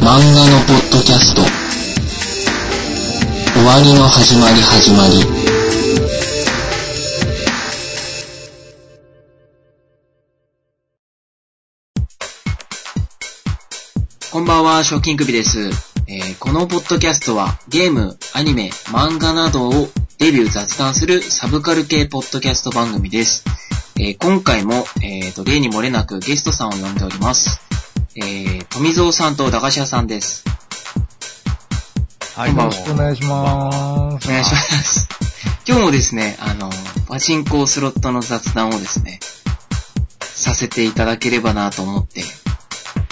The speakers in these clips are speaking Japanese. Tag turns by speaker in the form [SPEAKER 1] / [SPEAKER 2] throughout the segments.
[SPEAKER 1] 漫画のポッドキャスト終わりの始まり始まりこんばんは、ショッキングビです、えーこのポッドキャストはゲーム、アニメ、漫画などをデビュー雑談するサブカル系ポッドキャスト番組です。えー今回も、えーと、例に漏れなくゲストさんを呼んでおります。えー、富蔵さんと駄菓子屋さんです。
[SPEAKER 2] は
[SPEAKER 1] こんばんは
[SPEAKER 2] よろしくお願いしま
[SPEAKER 1] お
[SPEAKER 2] す。
[SPEAKER 1] 願いします。今日もですね、あの、パチンコスロットの雑談をですね、させていただければなと思って、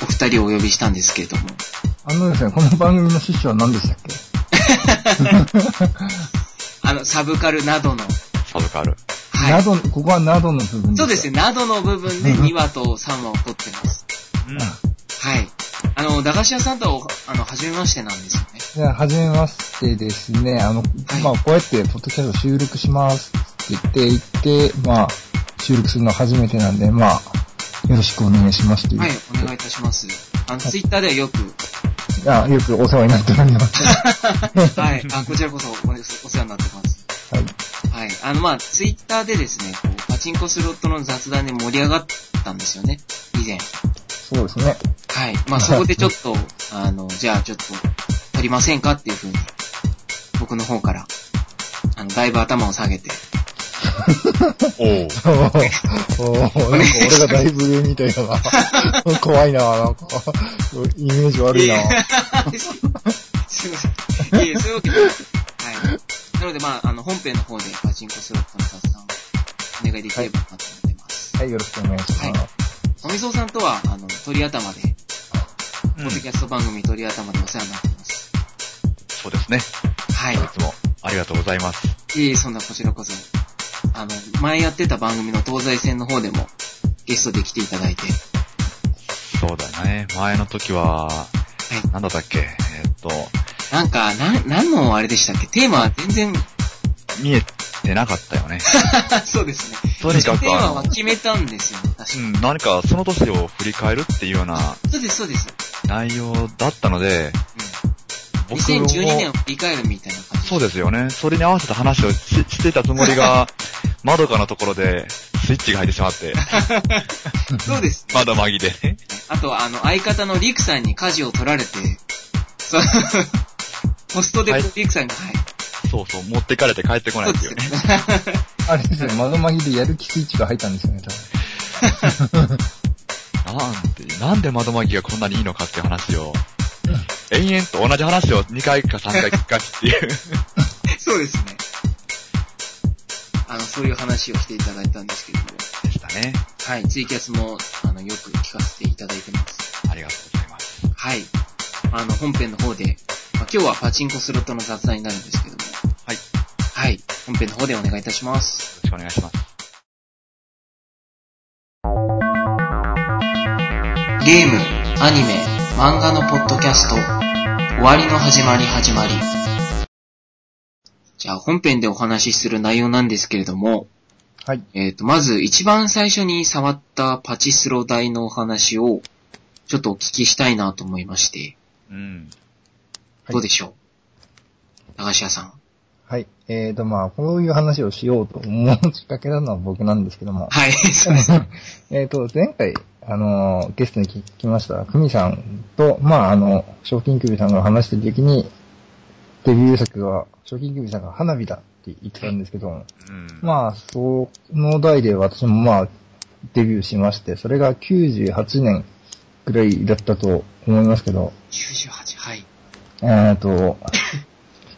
[SPEAKER 1] お二人をお呼びしたんですけれども、
[SPEAKER 2] あのですね、この番組の趣旨は何でしたっけ
[SPEAKER 1] あの、サブカルなどの、
[SPEAKER 3] サブカル。
[SPEAKER 1] は。
[SPEAKER 2] ないど、ここはなどの部分
[SPEAKER 1] そうですね、
[SPEAKER 2] ね。
[SPEAKER 1] などの部分で
[SPEAKER 2] うん
[SPEAKER 1] 2話と3話を撮ってます。
[SPEAKER 3] うん
[SPEAKER 1] はい。あの、駄菓子屋さんとはお、あの、初めましてなんですよね。
[SPEAKER 2] じゃあ、はじめましてですね、あの、まあ、こうやって、ポッドキャスト収録しますって言っていて、まあ、収録するのは初めてなんで、まあ、よろしくお願いしますという。
[SPEAKER 1] はい、お願いいたします。あの、ツイッターではよく、
[SPEAKER 2] あよくお世話になってお ります。
[SPEAKER 1] はい、あ、こちらこそおお世話になってます。
[SPEAKER 2] はい。
[SPEAKER 1] はい。あの、まあ、ツイッターでですね、こう、パチンコスロットの雑談で盛り上がったんですよね、以前。
[SPEAKER 2] そうですね。
[SPEAKER 1] はい。まあ、そこでちょっと、 あの、じゃあちょっと、足りませんかっていうふうに、僕の方から、あの、だいぶ頭を下げて、
[SPEAKER 3] おう。
[SPEAKER 2] おーおーなんか俺がだいぶ上みたい だな。怖いな、なんか。イメージ悪いな。
[SPEAKER 1] え すいません。いえいえ、そういうわけではない。はい。なので、まあ、あの、本編の方でパチンコスロットの雑談をお願いできればなと思ってます。
[SPEAKER 2] はい、よろしくお願いします。
[SPEAKER 1] はい富蔵さんとは、あの、鳥頭で、ポッドキャスト番組鳥頭でお世話になってます。
[SPEAKER 3] そうですね。い
[SPEAKER 1] はい。
[SPEAKER 3] つもありがとうございます。
[SPEAKER 1] いえいえ、そんなこちらこそ。あの、前やってた番組の東西線の方でもゲストで来ていただいて。
[SPEAKER 3] そうだね。前の時は、なんだったっけえーっと、
[SPEAKER 1] なんか、なん、なんのあれでしたっけテーマは全然、
[SPEAKER 3] 見えてなかったよね。
[SPEAKER 1] そうですね。
[SPEAKER 3] とにかく
[SPEAKER 1] テーマ
[SPEAKER 3] あ
[SPEAKER 1] は
[SPEAKER 3] の、
[SPEAKER 1] 決めたんですよね、確
[SPEAKER 3] う
[SPEAKER 1] か
[SPEAKER 3] ん、何かその年を振り返るっていうような
[SPEAKER 1] そうです、そうです。
[SPEAKER 3] 内容だったので、
[SPEAKER 1] うん。
[SPEAKER 3] 僕も、
[SPEAKER 1] 2012年を振り返るみたいな感じ。
[SPEAKER 3] そうですよね。それに合わせた話をししていたつもり が、窓かのところでスイッチが入ってしまって、
[SPEAKER 1] そうです。
[SPEAKER 3] 窓紛で ね。
[SPEAKER 1] あと、あの、相方のリクさんに舵を取られて、そう、 ポストで
[SPEAKER 3] はい
[SPEAKER 1] リクさんが、はい。
[SPEAKER 3] そうそう、持ってかれて帰ってこな
[SPEAKER 1] そ
[SPEAKER 3] いうっ
[SPEAKER 1] で
[SPEAKER 3] てい
[SPEAKER 1] す
[SPEAKER 3] う
[SPEAKER 1] よ
[SPEAKER 3] ね。
[SPEAKER 1] ね。
[SPEAKER 2] あれですね、窓紛れでやる気スイッチが入ったんですよね、
[SPEAKER 3] なんで、なんで窓紛がこんなにいいのかっていう話を、延々と同じ話を2回か3回聞かすっていう。
[SPEAKER 1] そうですね。あの、そういう話をしていただいたんですけれども。
[SPEAKER 3] でしたね。
[SPEAKER 1] はい、ツイキャスも、あの、よく聞かせていただいてます。
[SPEAKER 3] ありがとうございます。
[SPEAKER 1] はい。あの、本編の方で、まあ、今日はパチンコスロットの雑談になるんですけども。
[SPEAKER 3] はい。
[SPEAKER 1] はい。本編の方でお願いいたします。
[SPEAKER 3] よろしくお願いします。
[SPEAKER 1] ゲーム、アニメ、漫画のポッドキャスト、終わりの始まり始まり。じゃあ、本編でお話しする内容なんですけれども、
[SPEAKER 2] 多分。
[SPEAKER 1] えっ、と、まず一番最初に触ったパチスロ台のお話を、ちょっとお聞きしたいなと思いまして、
[SPEAKER 3] うん。
[SPEAKER 2] はい
[SPEAKER 1] どうでしょう駄菓子屋さん。
[SPEAKER 2] はい。はい。えーと、まあ、こういう話をしようと思うきっかけなのは僕なんですけども。
[SPEAKER 1] はい、そうです。
[SPEAKER 2] えーと、前回、あのーゲストに聞きました、久美さんと、まあ、あの、賞金首さんが話してる時に、デビュー作は、賞金首さんが花火だって言ってたんですけども、
[SPEAKER 3] うん。
[SPEAKER 2] まあ、その代で私もまあ、デビューしまして、それが98年くらいだったと思いますけど、
[SPEAKER 1] 98、はい。
[SPEAKER 2] えーっと、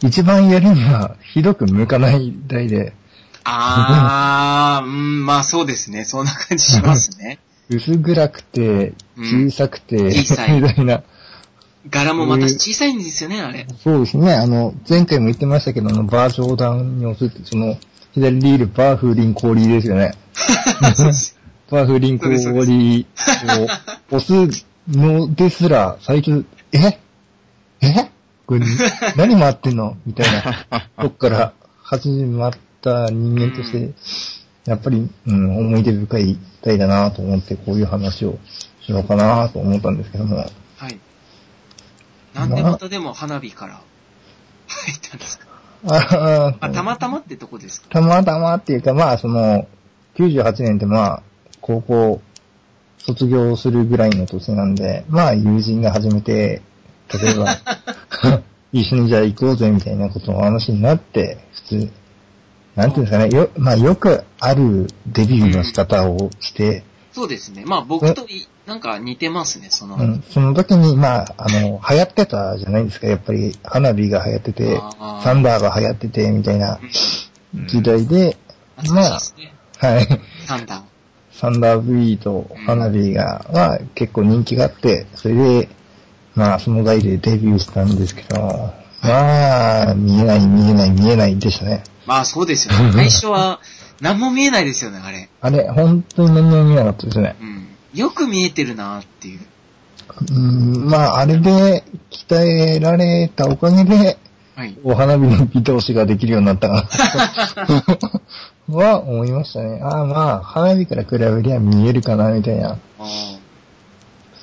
[SPEAKER 2] 一番やるにはひどく向かない台で、
[SPEAKER 1] あー、うん、まあそうですね。そんな感じしますね。
[SPEAKER 2] 薄暗くて、
[SPEAKER 1] うん
[SPEAKER 2] 小さくて、
[SPEAKER 1] 小さい
[SPEAKER 2] みたいな。
[SPEAKER 1] 柄もまた小さいんですよね、あれ。
[SPEAKER 2] そうですね、あの、前回も言ってましたけど、あの、バー上段に押すって、その、左リール、バー風鈴氷ですよ ね。
[SPEAKER 1] そうです
[SPEAKER 2] バー風鈴氷を押すのですら、最近、ええこれ、何回ってんのみたいな。そっから始まった人間とし
[SPEAKER 1] う
[SPEAKER 2] て、やっぱり、うん、思い出深い体だなと思って、こういう話をしようかなと思ったんですけども、
[SPEAKER 1] はい。なんでまたでも花火から入ったんですか
[SPEAKER 2] あ
[SPEAKER 1] あ、たまたまってとこですか
[SPEAKER 2] たまたまっていうか、まあ、その、98年ってまあ、高校卒業するぐらいの年なんで、まあ、友人が始めて、例えば、 一緒にじゃあ行こうぜみたいなことの話になって、普通、なんていうんですかね、よ、まあ、よくあるデビューの仕方をして、
[SPEAKER 1] そうですね。まあ僕とい、なんか似てますね、その。
[SPEAKER 2] うん、その時に、まあ、あの、流行ってたじゃないですか、やっぱり、花火が流行ってて、
[SPEAKER 1] あー
[SPEAKER 2] サンダーが流行ってて、みたいな
[SPEAKER 1] うん
[SPEAKER 2] 時代で、
[SPEAKER 1] 懐かしいですね。
[SPEAKER 2] はい。
[SPEAKER 1] サンダー。
[SPEAKER 2] サンダーブイと花火が、は結構人気があって、それで、まあ、その代でデビューしたんですけど、まあ、見えない見えない見えないでしたね。
[SPEAKER 1] まあそうですよ ね。最初は、何も見えないですよね、あれ。
[SPEAKER 2] あれ、本当に何も見えなかったですね。
[SPEAKER 1] うん。よく見えてるなっていう。
[SPEAKER 2] うん、まあ、あれで鍛えられたおかげで、
[SPEAKER 1] はい。
[SPEAKER 2] お花火の見通しができるようになったかな、とは思いましたね。ああ、まあ、花火から比べりゃ見えるかな、みたいな。
[SPEAKER 1] あ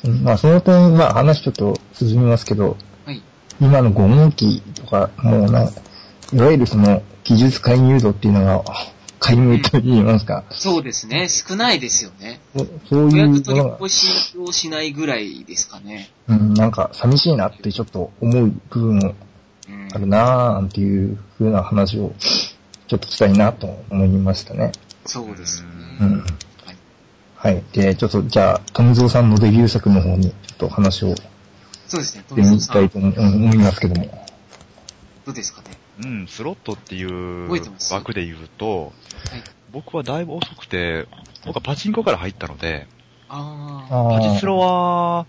[SPEAKER 2] うんまあ、その点、まあ、話ちょっと進みますけど、
[SPEAKER 1] ーはい。
[SPEAKER 2] 今の5号機とか、もうな、いわゆるその、技術介入度っていうのが、介入と言いますか、
[SPEAKER 1] そうですね。少ないですよね。
[SPEAKER 2] そそ
[SPEAKER 1] 予
[SPEAKER 2] ういう
[SPEAKER 1] 約
[SPEAKER 2] も
[SPEAKER 1] 取り
[SPEAKER 2] のが
[SPEAKER 1] 越、しをしないぐらいですかね。
[SPEAKER 2] うん、なんか寂しいなってちょっと思う部分も
[SPEAKER 1] うん。
[SPEAKER 2] あるなーなんていう風な話を、ちょっとしたいなと思いましたね。
[SPEAKER 1] そうですよね。
[SPEAKER 2] うん。
[SPEAKER 1] はい。
[SPEAKER 2] はい。で、ちょっとじゃあ、富蔵さんのデビュー作の方に、ちょっと話をして
[SPEAKER 1] そうですね。富
[SPEAKER 2] み
[SPEAKER 1] 澤さ
[SPEAKER 2] た
[SPEAKER 1] ん、
[SPEAKER 2] い
[SPEAKER 1] ど
[SPEAKER 2] と思うん思いますけども。
[SPEAKER 1] うですかね。
[SPEAKER 3] うん、スロットってい
[SPEAKER 1] 覚えて
[SPEAKER 3] う
[SPEAKER 1] ます
[SPEAKER 3] 枠で言うと、
[SPEAKER 1] はい
[SPEAKER 3] 僕はだいぶ遅くて、僕はパチンコから入ったので、
[SPEAKER 1] あ
[SPEAKER 2] あ
[SPEAKER 3] パ
[SPEAKER 2] ー
[SPEAKER 3] チスロは、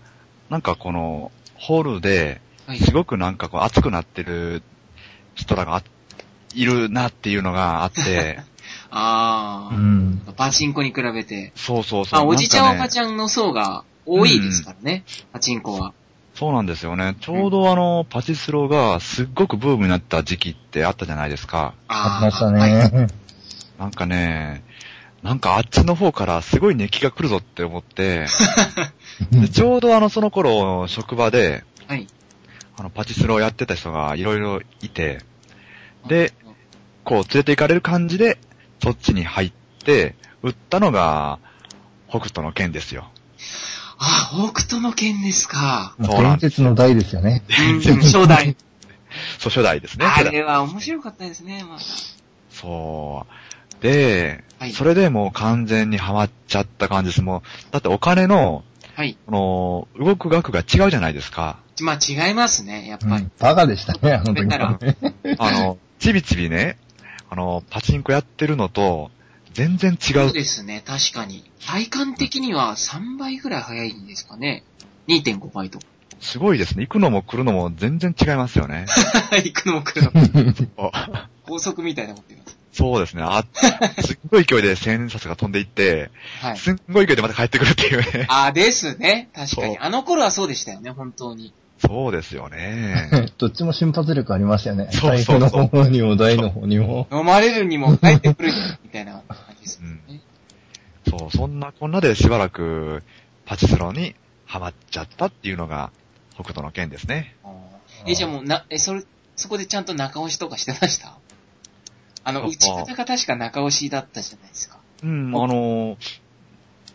[SPEAKER 3] なんかこの、ホールで、
[SPEAKER 1] あ。はい。
[SPEAKER 3] すごくなんかこう熱くなってる人らがあいるなっていうのがあ って、
[SPEAKER 1] あ
[SPEAKER 2] う
[SPEAKER 1] あ。
[SPEAKER 2] ん。
[SPEAKER 1] パチンコに比べて。
[SPEAKER 3] そうそうそう。
[SPEAKER 1] まあ、おじちゃんお
[SPEAKER 3] な
[SPEAKER 1] ば
[SPEAKER 3] んかね
[SPEAKER 1] ちゃんの層が多いですからね。パチンコは。
[SPEAKER 3] そうなんですよね。ちょうどあの、パチスロがすっごくブームになった時期ってあったじゃないですか。
[SPEAKER 2] ありました
[SPEAKER 1] はい
[SPEAKER 2] ね。
[SPEAKER 3] なんかね、なんかあっちの方からすごい熱気が来るぞって 思って、でちょうどあの、その頃、職場で、
[SPEAKER 1] はい。
[SPEAKER 3] あの、パチスロをやってた人がいろいろいて、で、こう連れて行かれる感じで、そっちに入って、撃ったのが、北斗の剣ですよ。
[SPEAKER 1] あ、北斗の剣ですか。
[SPEAKER 2] もう伝説の代ですよね。
[SPEAKER 1] うん、初代。
[SPEAKER 3] そう、初代ですね。
[SPEAKER 1] あ
[SPEAKER 3] 初代
[SPEAKER 1] れは面白かったですね、まだ。
[SPEAKER 3] そう。で、
[SPEAKER 1] はい
[SPEAKER 3] それでもう完全にハマっちゃった感じです。もう、だってお金の、
[SPEAKER 1] はい。
[SPEAKER 3] この、動く額が違うじゃないですか。
[SPEAKER 1] まあ、違いますね、やっぱり。
[SPEAKER 2] バカでしたね、本当に。
[SPEAKER 1] だから
[SPEAKER 3] あの、ちびちびね、あの、パチンコやってるのと、全然違
[SPEAKER 1] そうう。ですね、確かに。体感的には3倍ぐらい早いんですかね。2.5倍とか。
[SPEAKER 3] すごいですね。行くのも来るのも全然違いますよ ね。
[SPEAKER 1] 行くのも来るのも。
[SPEAKER 3] あ
[SPEAKER 1] 高速みたいなこと言います。
[SPEAKER 3] そうですね。あ、すっごい勢いで千円札が飛んでいって、
[SPEAKER 1] はい。
[SPEAKER 3] すっごい勢いでまた帰ってくるっていうね。
[SPEAKER 1] あ、ですね。確か
[SPEAKER 3] そう
[SPEAKER 1] に。あの頃はそうでしたよね、本当に。
[SPEAKER 3] そうですよね。
[SPEAKER 2] どっちも瞬発力ありましたよね。
[SPEAKER 3] そう
[SPEAKER 2] 最
[SPEAKER 3] そうそう
[SPEAKER 2] 高の方にも台の方にも。
[SPEAKER 1] 飲まれるにも帰ってくるにも、みたいな感じですもんね。
[SPEAKER 3] そう、そんなこんなでしばらくパチスロにハマっちゃったっていうのが北斗の剣ですね。
[SPEAKER 1] え、じゃあもうな、え、それ、そこでちゃんと中押しとかしてましたあの、
[SPEAKER 3] あ
[SPEAKER 1] 打ち方が確か中押しだったじゃないですか。
[SPEAKER 3] うん、あのー、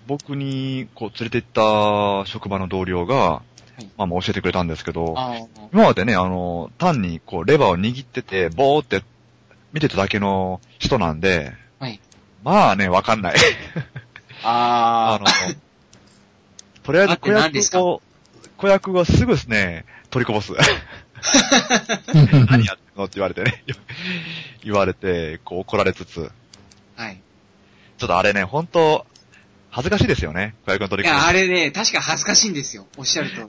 [SPEAKER 3] 僕にこう連れて行った職場の同僚が、
[SPEAKER 1] い
[SPEAKER 3] まあまあ教えてくれたんですけど、
[SPEAKER 1] ああ、
[SPEAKER 3] 今までね、あのー、単にこうレバーを握ってて、ボーって見てただけの人なんで、
[SPEAKER 1] はい
[SPEAKER 3] まあね、わかんない。
[SPEAKER 1] あ
[SPEAKER 3] あの、とりあえず
[SPEAKER 1] あって何
[SPEAKER 3] 子
[SPEAKER 1] ですか
[SPEAKER 3] 役を、子役がすぐですね、取りこぼす。 何やってんのって言われてね、 言われて、こう怒られつつ、
[SPEAKER 1] あ、はい。
[SPEAKER 3] ちょっとあれね、本当恥ずかしいですよね、子役の取
[SPEAKER 1] い
[SPEAKER 3] りこぼ
[SPEAKER 1] や、
[SPEAKER 3] し。
[SPEAKER 1] あれね、確か恥ずかしいんですよ。おっしゃると。
[SPEAKER 3] ね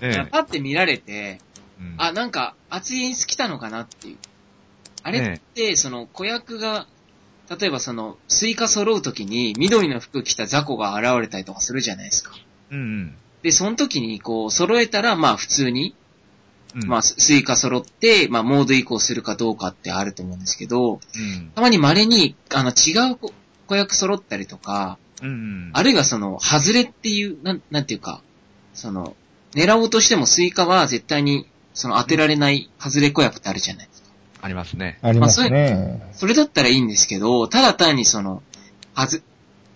[SPEAKER 3] え
[SPEAKER 1] パって見られて、
[SPEAKER 3] うん
[SPEAKER 1] あ、なんか、熱い演出来たのかなっていう。あれ
[SPEAKER 3] ね
[SPEAKER 1] って、その、子役が、例えばその、スイカ揃うときに、緑の服着た雑魚が現れたりとかするじゃないですか。
[SPEAKER 3] うん
[SPEAKER 1] で、その時に、こう、揃えたら、まあ、普通に、
[SPEAKER 3] うん。
[SPEAKER 1] まあ、ススイカ揃って、まあ、モード移行するかどうかってあると思うんですけど、
[SPEAKER 3] うん、
[SPEAKER 1] たまに稀に、あの、違う子子役揃ったりとか、
[SPEAKER 3] うん。うん。
[SPEAKER 1] ある
[SPEAKER 3] れ
[SPEAKER 1] いはその、外れっていう、なん、なんていうか、その、狙おうとしてもスイカは絶対にその当てられない外れ子役ってあるじゃないですか。
[SPEAKER 3] ありますね。
[SPEAKER 2] ありますね。
[SPEAKER 1] それだったらいいんですけど、ただ単にその、はず、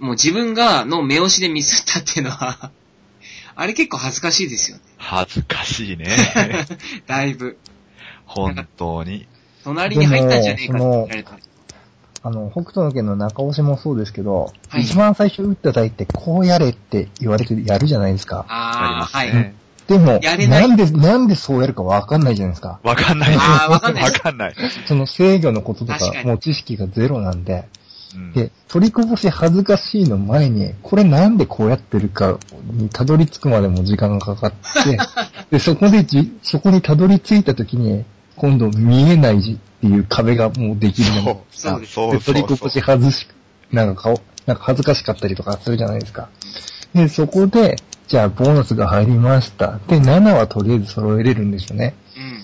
[SPEAKER 1] もう自分が、の目押しでミスったっていうのは、 あれ結構恥ずかしいですよね。
[SPEAKER 3] 恥ずかしい ね。
[SPEAKER 1] だいぶ。
[SPEAKER 3] 本当に。
[SPEAKER 1] 隣に入ったんじゃねえかって言われた。
[SPEAKER 2] あの、北斗の拳の中押しもそうですけど、
[SPEAKER 1] はい
[SPEAKER 2] 一番最初打った台ってこうやれって言われてやるじゃないですか。
[SPEAKER 1] ああ、は
[SPEAKER 3] あり
[SPEAKER 1] い。
[SPEAKER 3] ますね
[SPEAKER 2] でも、
[SPEAKER 1] やれない
[SPEAKER 2] なんで、なんでそうやるかわかんないじゃないですか。
[SPEAKER 3] わかんないね。
[SPEAKER 1] あーわかんない
[SPEAKER 3] わかんない。
[SPEAKER 2] その制御のことと
[SPEAKER 1] 確か
[SPEAKER 2] か、
[SPEAKER 1] に
[SPEAKER 2] もう知識がゼロなんで。
[SPEAKER 3] うん
[SPEAKER 2] で、取りこぼし恥ずかしいの前に、これなんでこうやってるかにたどり着くまでも時間がか かって、で、そこでじ、そこにたどり着いた時に、今度見えない字っていう壁がもうできるのも
[SPEAKER 1] そうです
[SPEAKER 3] そう
[SPEAKER 2] で、
[SPEAKER 3] そう
[SPEAKER 2] 取りこぼし外し、なんか顔、なんか恥ずかしかったりとかするじゃないですか。で、そこで、じゃあボーナスが入りました。で、7はとりあえず揃えれるんですよね。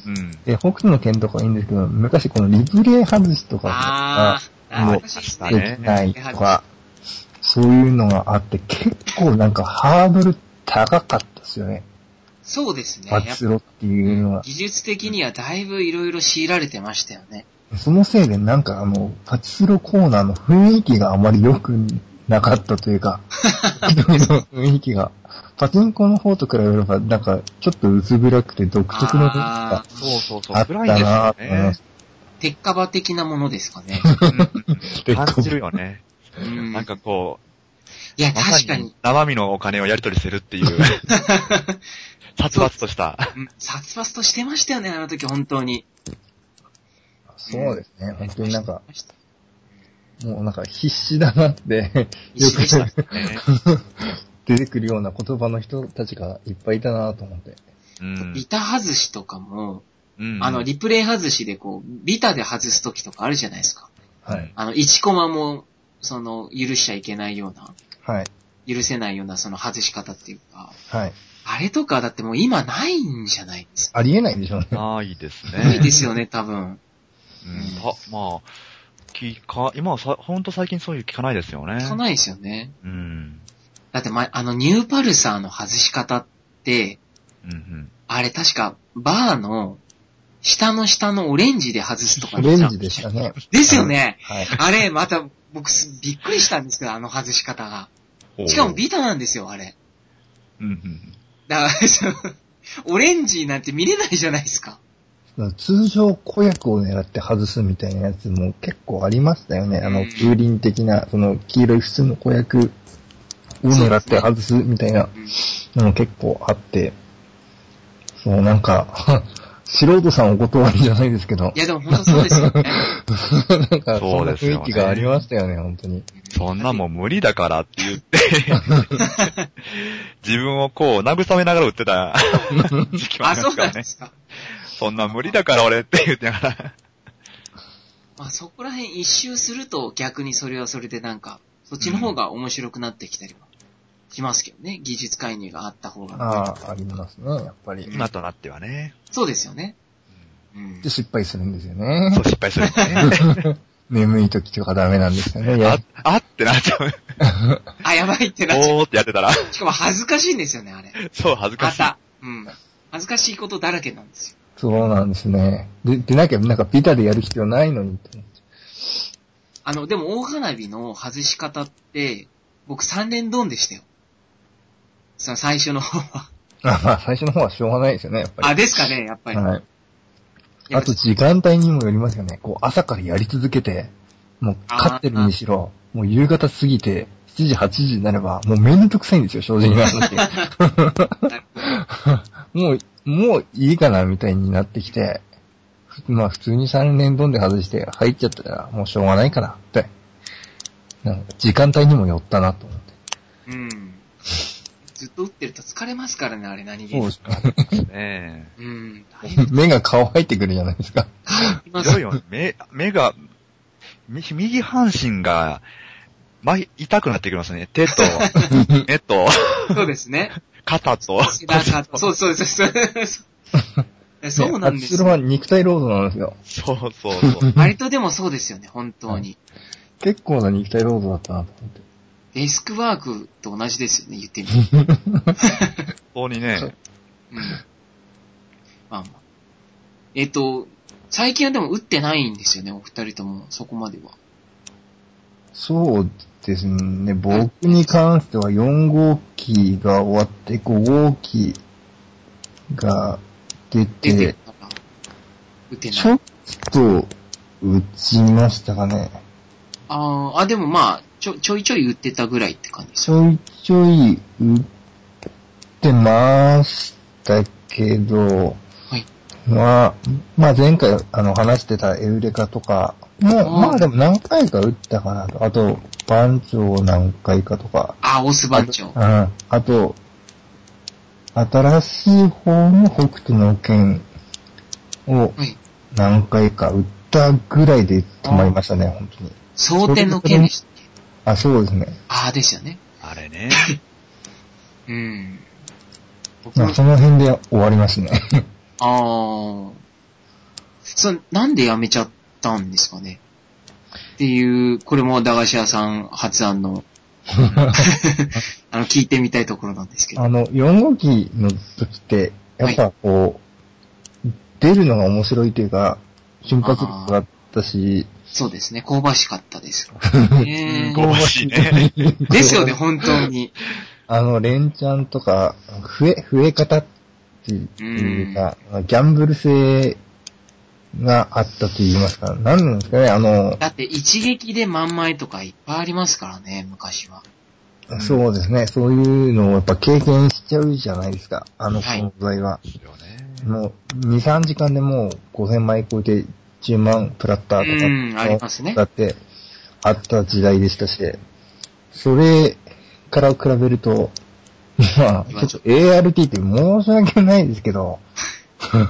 [SPEAKER 1] うん。
[SPEAKER 3] うん。
[SPEAKER 2] で、北斗の剣とかいいんですけど、昔このリプレイ外しとかが
[SPEAKER 1] ああ、あ
[SPEAKER 2] も
[SPEAKER 1] ー
[SPEAKER 2] う
[SPEAKER 1] 恥ず
[SPEAKER 3] あ
[SPEAKER 1] かしい
[SPEAKER 3] 明
[SPEAKER 1] で
[SPEAKER 2] で
[SPEAKER 1] す
[SPEAKER 3] 日ね
[SPEAKER 1] ね。
[SPEAKER 2] きないとか、そういうのがあって、結構なんかハードル高かったですよね。
[SPEAKER 1] そうですね。やっぱ
[SPEAKER 2] 松ロっていうのは。
[SPEAKER 1] 技術的にはだいぶいろいろ強いられてましたよね。
[SPEAKER 2] そのせいでなんかあの、パチスロコーナーの雰囲気があまり良くなかったとい うか、一人の雰囲気が、パチンコの方と比べればなんかちょっと薄暗くて独特の雰囲気
[SPEAKER 1] あ
[SPEAKER 2] が
[SPEAKER 1] ー
[SPEAKER 3] そうそうそう。
[SPEAKER 2] あった
[SPEAKER 3] 暗いんです
[SPEAKER 2] な
[SPEAKER 3] よ
[SPEAKER 2] ぁと思いま
[SPEAKER 3] ね
[SPEAKER 2] す。。
[SPEAKER 1] 鉄火場的なものですかね。
[SPEAKER 3] うん感じるよね。
[SPEAKER 1] うん
[SPEAKER 3] なんかこ
[SPEAKER 1] いや、
[SPEAKER 3] う、まさ
[SPEAKER 1] 確かに、
[SPEAKER 3] 生身のお金をやり取りしてる っていう、殺伐とした。
[SPEAKER 1] うん殺伐としてましたよね、あの時本当に。
[SPEAKER 2] そうですね。本当になんか、
[SPEAKER 1] ました
[SPEAKER 2] もうなんか必死だなって、
[SPEAKER 1] 必死でした
[SPEAKER 2] よく
[SPEAKER 3] ね
[SPEAKER 2] 出てくるような言葉の人たちがいっぱいいたなぁと思って。
[SPEAKER 3] うん
[SPEAKER 1] ビタ外しとかも、
[SPEAKER 3] うん
[SPEAKER 1] あの、リプレイ外しでこう、ビタで外す時とかあるじゃないですか。
[SPEAKER 2] はい。
[SPEAKER 1] あの、1コマも、その、許しちゃいけないような、
[SPEAKER 2] はい。
[SPEAKER 1] 許せないようなその外し方っていうか、
[SPEAKER 2] はい。
[SPEAKER 1] あれとかだってもう今ないんじゃないですか。
[SPEAKER 2] ありえないで しょうね。
[SPEAKER 3] ないです
[SPEAKER 1] 無理
[SPEAKER 3] ね。
[SPEAKER 1] ですよ ね、多分。
[SPEAKER 3] うんたまあ、聞か、今はさ、ほんと最近そういう聞かないですよね。
[SPEAKER 1] 聞かないですよね。
[SPEAKER 3] うん。
[SPEAKER 1] だって、ま、あの、ニューパルサーの外し方って、
[SPEAKER 3] うんうん。
[SPEAKER 1] あれ確か、バーの、下の下のオレンジで外すとか
[SPEAKER 2] オレンジでしたね。
[SPEAKER 1] ですよね。
[SPEAKER 2] はい。
[SPEAKER 1] あれ、また、僕す、びっくりしたんですけど、あの外し方が。しかもビタなんですよ、あれ。
[SPEAKER 3] うんうん。
[SPEAKER 1] だから、そのオレンジなんて見れないじゃないですか。
[SPEAKER 2] 通常子役を狙って外すみたいなやつも結構ありましたよね。あ
[SPEAKER 1] う
[SPEAKER 2] の、
[SPEAKER 1] ん
[SPEAKER 2] 風鈴的な、その黄色い普通の子役を狙って外すみたいな
[SPEAKER 1] うん
[SPEAKER 2] のも結構あって、そう、なんか、 素人さんお断りじゃないですけど
[SPEAKER 1] い、や、でも本当そうですよね。
[SPEAKER 2] なんか、そ
[SPEAKER 3] そ
[SPEAKER 2] ん
[SPEAKER 3] う
[SPEAKER 2] な
[SPEAKER 3] ですよ
[SPEAKER 2] 雰
[SPEAKER 3] ね
[SPEAKER 2] 囲気がありましたよね、本当に。
[SPEAKER 3] そんなもん無理だからって 言って、自分をこう慰めながら売っ てた時期もあ
[SPEAKER 1] あ、
[SPEAKER 3] りま
[SPEAKER 1] そ
[SPEAKER 3] す
[SPEAKER 1] う
[SPEAKER 3] か
[SPEAKER 1] な
[SPEAKER 3] ら
[SPEAKER 1] んで
[SPEAKER 3] ね。
[SPEAKER 1] すか。
[SPEAKER 3] そんな無理だから俺って言ってながら。
[SPEAKER 1] まあ、そこら辺一周すると逆にそれはそれでなんか、そっちの方が面白くなってきたりはしますけどね。技術介入があった方が。
[SPEAKER 2] ああ、ありますね、やっぱり。
[SPEAKER 3] 今となってはね。
[SPEAKER 1] そうですよね。うん
[SPEAKER 2] で、。失敗するんですよね
[SPEAKER 3] そ。う失敗するんですね。
[SPEAKER 2] 眠い時とかダメなんですよね。や
[SPEAKER 3] あ、あってなっちゃう。
[SPEAKER 1] あ、やばい ってなっちゃ
[SPEAKER 3] おーってやってたら、
[SPEAKER 1] う。しかも恥ずかしいんですよね、あれ。
[SPEAKER 3] そう恥ずか
[SPEAKER 1] ま
[SPEAKER 3] しい。
[SPEAKER 1] た。うん。恥ずかしいことだらけなんですよ。
[SPEAKER 2] そうなんですね。で、でなきゃ、なんかビタでやる必要ないのにって思っち
[SPEAKER 1] あの、でも大花火の外し方って、僕三連ドンでしたよ。その最初の方は。
[SPEAKER 2] ゃう。あまあ、最初の方はしょうがないですよね、やっぱり。
[SPEAKER 1] あ、ですかね、やっぱり。
[SPEAKER 2] はい。
[SPEAKER 1] やっ
[SPEAKER 2] あ
[SPEAKER 1] ぱ
[SPEAKER 2] と、時間帯にもよりますよね。こう、朝からやり続けて、もう、
[SPEAKER 1] あー
[SPEAKER 2] 勝ってるにしろ、もう夕方過ぎて、7時、8時になれば、もうめんどくさいんですよ、正直な話。 もう、もういいかな、みたいになってきて、ふまあ、普通に3連ドンで外して入っちゃったら、もうしょうがないかな、って。なんか、時間帯にもよったな、と思って。
[SPEAKER 1] うん。ずっと打ってると疲れますからね、あれ何気
[SPEAKER 2] そうで
[SPEAKER 1] に。
[SPEAKER 2] すか。
[SPEAKER 3] ね
[SPEAKER 1] うん。大変
[SPEAKER 2] 目が顔入ってくるじゃないですか。
[SPEAKER 1] い
[SPEAKER 3] え。
[SPEAKER 1] ま
[SPEAKER 3] ひど
[SPEAKER 1] す
[SPEAKER 3] いよね。目、目が、み右半身が、ま、痛くなってきますね。手 と、目と、
[SPEAKER 1] そうですね。
[SPEAKER 3] 肩と、
[SPEAKER 1] 背中とそうそうそうそう。 そうなんです
[SPEAKER 2] そ
[SPEAKER 1] よ。
[SPEAKER 2] れは肉体労働なんですよ。
[SPEAKER 3] そうそうそう。
[SPEAKER 1] 割とでもそうですよね、本当に。
[SPEAKER 2] 結構な肉体労働だったなと思って。
[SPEAKER 1] デスクワークと同じですよね、言ってみる
[SPEAKER 3] 本当にね。
[SPEAKER 1] うんまあまあ。えっと、最近はでも打ってないんですよね、お二人とも、そこまでは。
[SPEAKER 2] そうですね。僕に関しては4号機が終わって5号機が出
[SPEAKER 1] 出てる
[SPEAKER 2] て、
[SPEAKER 1] から。打って
[SPEAKER 2] ち
[SPEAKER 1] な
[SPEAKER 2] ょ
[SPEAKER 1] い。
[SPEAKER 2] っと打ちましたかね。
[SPEAKER 1] あーあ、でもまあ、ちょ、ちょいちょい打ってたぐらいって感じです
[SPEAKER 2] ち
[SPEAKER 1] よ。
[SPEAKER 2] ょいちょい打ってましたけど、
[SPEAKER 1] はい。
[SPEAKER 2] まあ、まあ前回あの話してたエウレカとか、もう、
[SPEAKER 1] うん
[SPEAKER 2] まあでも何回か打ったかなと。あと、番長何回かとか。
[SPEAKER 1] あー、オス番長
[SPEAKER 2] う。ん。あと、新しい方の北斗の剣を
[SPEAKER 1] はい。
[SPEAKER 2] 何回か打ったぐらいで止まりましたね、本当に。
[SPEAKER 1] 蒼天の剣でしたっけ
[SPEAKER 2] あ、そうですね。
[SPEAKER 1] ああ、ですよね。
[SPEAKER 3] あれね。
[SPEAKER 1] うん。僕
[SPEAKER 2] ま
[SPEAKER 1] も
[SPEAKER 2] あ、その辺で終わりますね。
[SPEAKER 1] あー。そう、なんで辞めちゃったんですかねっていう、これも駄菓子屋さん発案 の、あの、聞いてみたいところなんですけど。
[SPEAKER 2] あの、4号機の時って、やっぱこう、出るのが面白いというか、瞬発力があったし、
[SPEAKER 1] そうですね、 香ばしかったです。ね
[SPEAKER 3] 香ばしい ね。
[SPEAKER 1] ですよね、本当に。
[SPEAKER 2] あの、連チャンとか、増え、増え方っていうか、ギャンブル性があったと言いますか、何なんですかね、あの、
[SPEAKER 1] だって一撃で万枚とかいっぱいありますからね、昔は。
[SPEAKER 2] そうですね、そういうのをやっぱ経験しちゃうじゃないですか、あの
[SPEAKER 1] はい
[SPEAKER 2] 存在は。
[SPEAKER 3] ですよね。
[SPEAKER 2] もう、2、3時間でもう5000枚超えて10万プラッターとか、
[SPEAKER 1] うんありますね
[SPEAKER 2] だって、あった時代でしたし、それから比べると、まあ、ちょ
[SPEAKER 1] 今
[SPEAKER 2] っ
[SPEAKER 1] ち
[SPEAKER 2] と
[SPEAKER 1] ょっ
[SPEAKER 2] ART って申し訳ないですけど、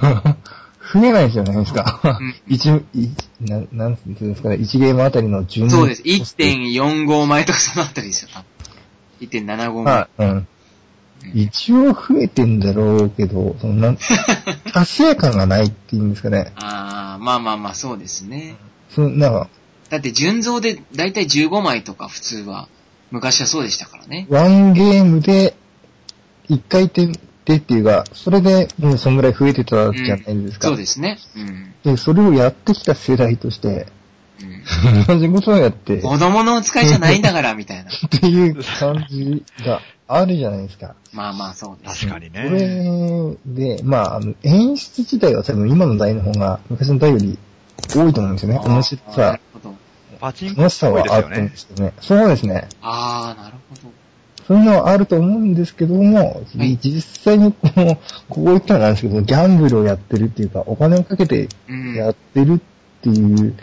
[SPEAKER 2] 増えないですよね、ですか
[SPEAKER 1] うん。
[SPEAKER 2] 一、一、ななんていうんですかね、一ゲームあたりの順
[SPEAKER 1] そうです。1.45枚とかそのあたりですよ、多分。1.75枚。
[SPEAKER 2] はい、うん。一応増えてんだろうけど、そ んな、達成感がないっていうんですかね。
[SPEAKER 1] ああ、まあまあまあ、そうですね。
[SPEAKER 2] そのなんか、
[SPEAKER 1] だって、純増でだいたい15枚とか普通は、昔はそうでしたからね。
[SPEAKER 2] ワンゲームで、一回転でっていうか、それでもうそんぐらい増えてたじゃないですか。
[SPEAKER 1] そうですね。うん。
[SPEAKER 2] で、それをやってきた世代と して、
[SPEAKER 1] うん、
[SPEAKER 2] 同じことをやって、
[SPEAKER 1] 子供のお使いじゃないんだから、みたいな。
[SPEAKER 2] っていう感じがあるじゃないですか。
[SPEAKER 1] まあまあ、そうです。
[SPEAKER 3] 確かに
[SPEAKER 2] こ
[SPEAKER 3] ね。
[SPEAKER 2] れで、まあ、あの演出自体は多分今の台の方が昔の台より多いと思うんですよね。面白
[SPEAKER 1] あーな
[SPEAKER 2] さ
[SPEAKER 1] る、ほど。
[SPEAKER 3] パチンコ
[SPEAKER 2] 楽
[SPEAKER 3] っ
[SPEAKER 2] しさ
[SPEAKER 3] ぽい
[SPEAKER 2] は
[SPEAKER 3] です
[SPEAKER 2] あ
[SPEAKER 3] よ
[SPEAKER 2] ると思うん
[SPEAKER 3] ね
[SPEAKER 2] で。すよね。そうですね。
[SPEAKER 1] ああ、なるほど。
[SPEAKER 2] そういうのはあると思うんですけども、
[SPEAKER 1] はい
[SPEAKER 2] 実際にこの、こう言ったらなんですけど、ギャンブルをやってるっていうか、お金をかけて
[SPEAKER 1] うん。
[SPEAKER 2] やってるっていう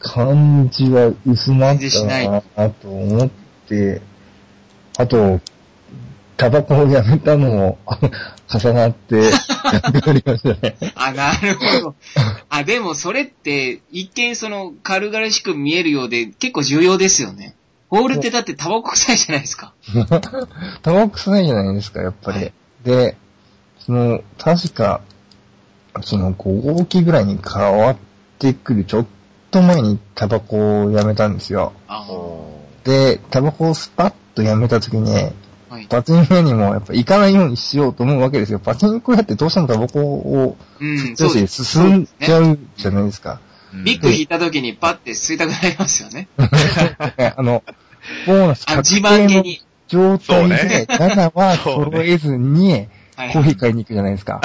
[SPEAKER 2] 感じは薄ま
[SPEAKER 1] 全
[SPEAKER 2] っ
[SPEAKER 1] 然しない
[SPEAKER 2] たなと思って、あと、タバコをやめたのも重なって、なくなりましたね。
[SPEAKER 1] あ、なるほど。あ、でもそれって、一見その、軽々しく見えるようで、結構重要ですよね。ホールってだってタバコ臭いじゃないですか。
[SPEAKER 2] タバコ臭いじゃないですか、やっぱり。
[SPEAKER 1] はい
[SPEAKER 2] で、その、確か、その5号機ぐらいに変わってくるちょっと前にタバコをやめたんですよ。
[SPEAKER 1] あの、
[SPEAKER 2] で、タバコをスパッとやめた時に、
[SPEAKER 1] はい。
[SPEAKER 2] パチンコ屋にもやっぱ行かないようにしようと思うわけですよ。パチンコ屋ってどうしてもタバコを
[SPEAKER 1] うん、
[SPEAKER 2] 少
[SPEAKER 1] そう
[SPEAKER 2] し
[SPEAKER 1] です。
[SPEAKER 2] 進んじゃうじゃないですか。
[SPEAKER 3] うん
[SPEAKER 1] ビッグ引いた時にパッて吸いたくなりますよね。
[SPEAKER 2] あの、ボーナス
[SPEAKER 1] あ、
[SPEAKER 2] 確
[SPEAKER 1] 自
[SPEAKER 2] 定
[SPEAKER 1] 慢げ
[SPEAKER 2] の
[SPEAKER 1] に。
[SPEAKER 2] 状態
[SPEAKER 3] そう
[SPEAKER 2] で
[SPEAKER 3] ね、
[SPEAKER 2] ただは
[SPEAKER 3] そうね
[SPEAKER 2] 揃えずに、
[SPEAKER 1] はい
[SPEAKER 2] コーヒー買いに行くじゃないですか。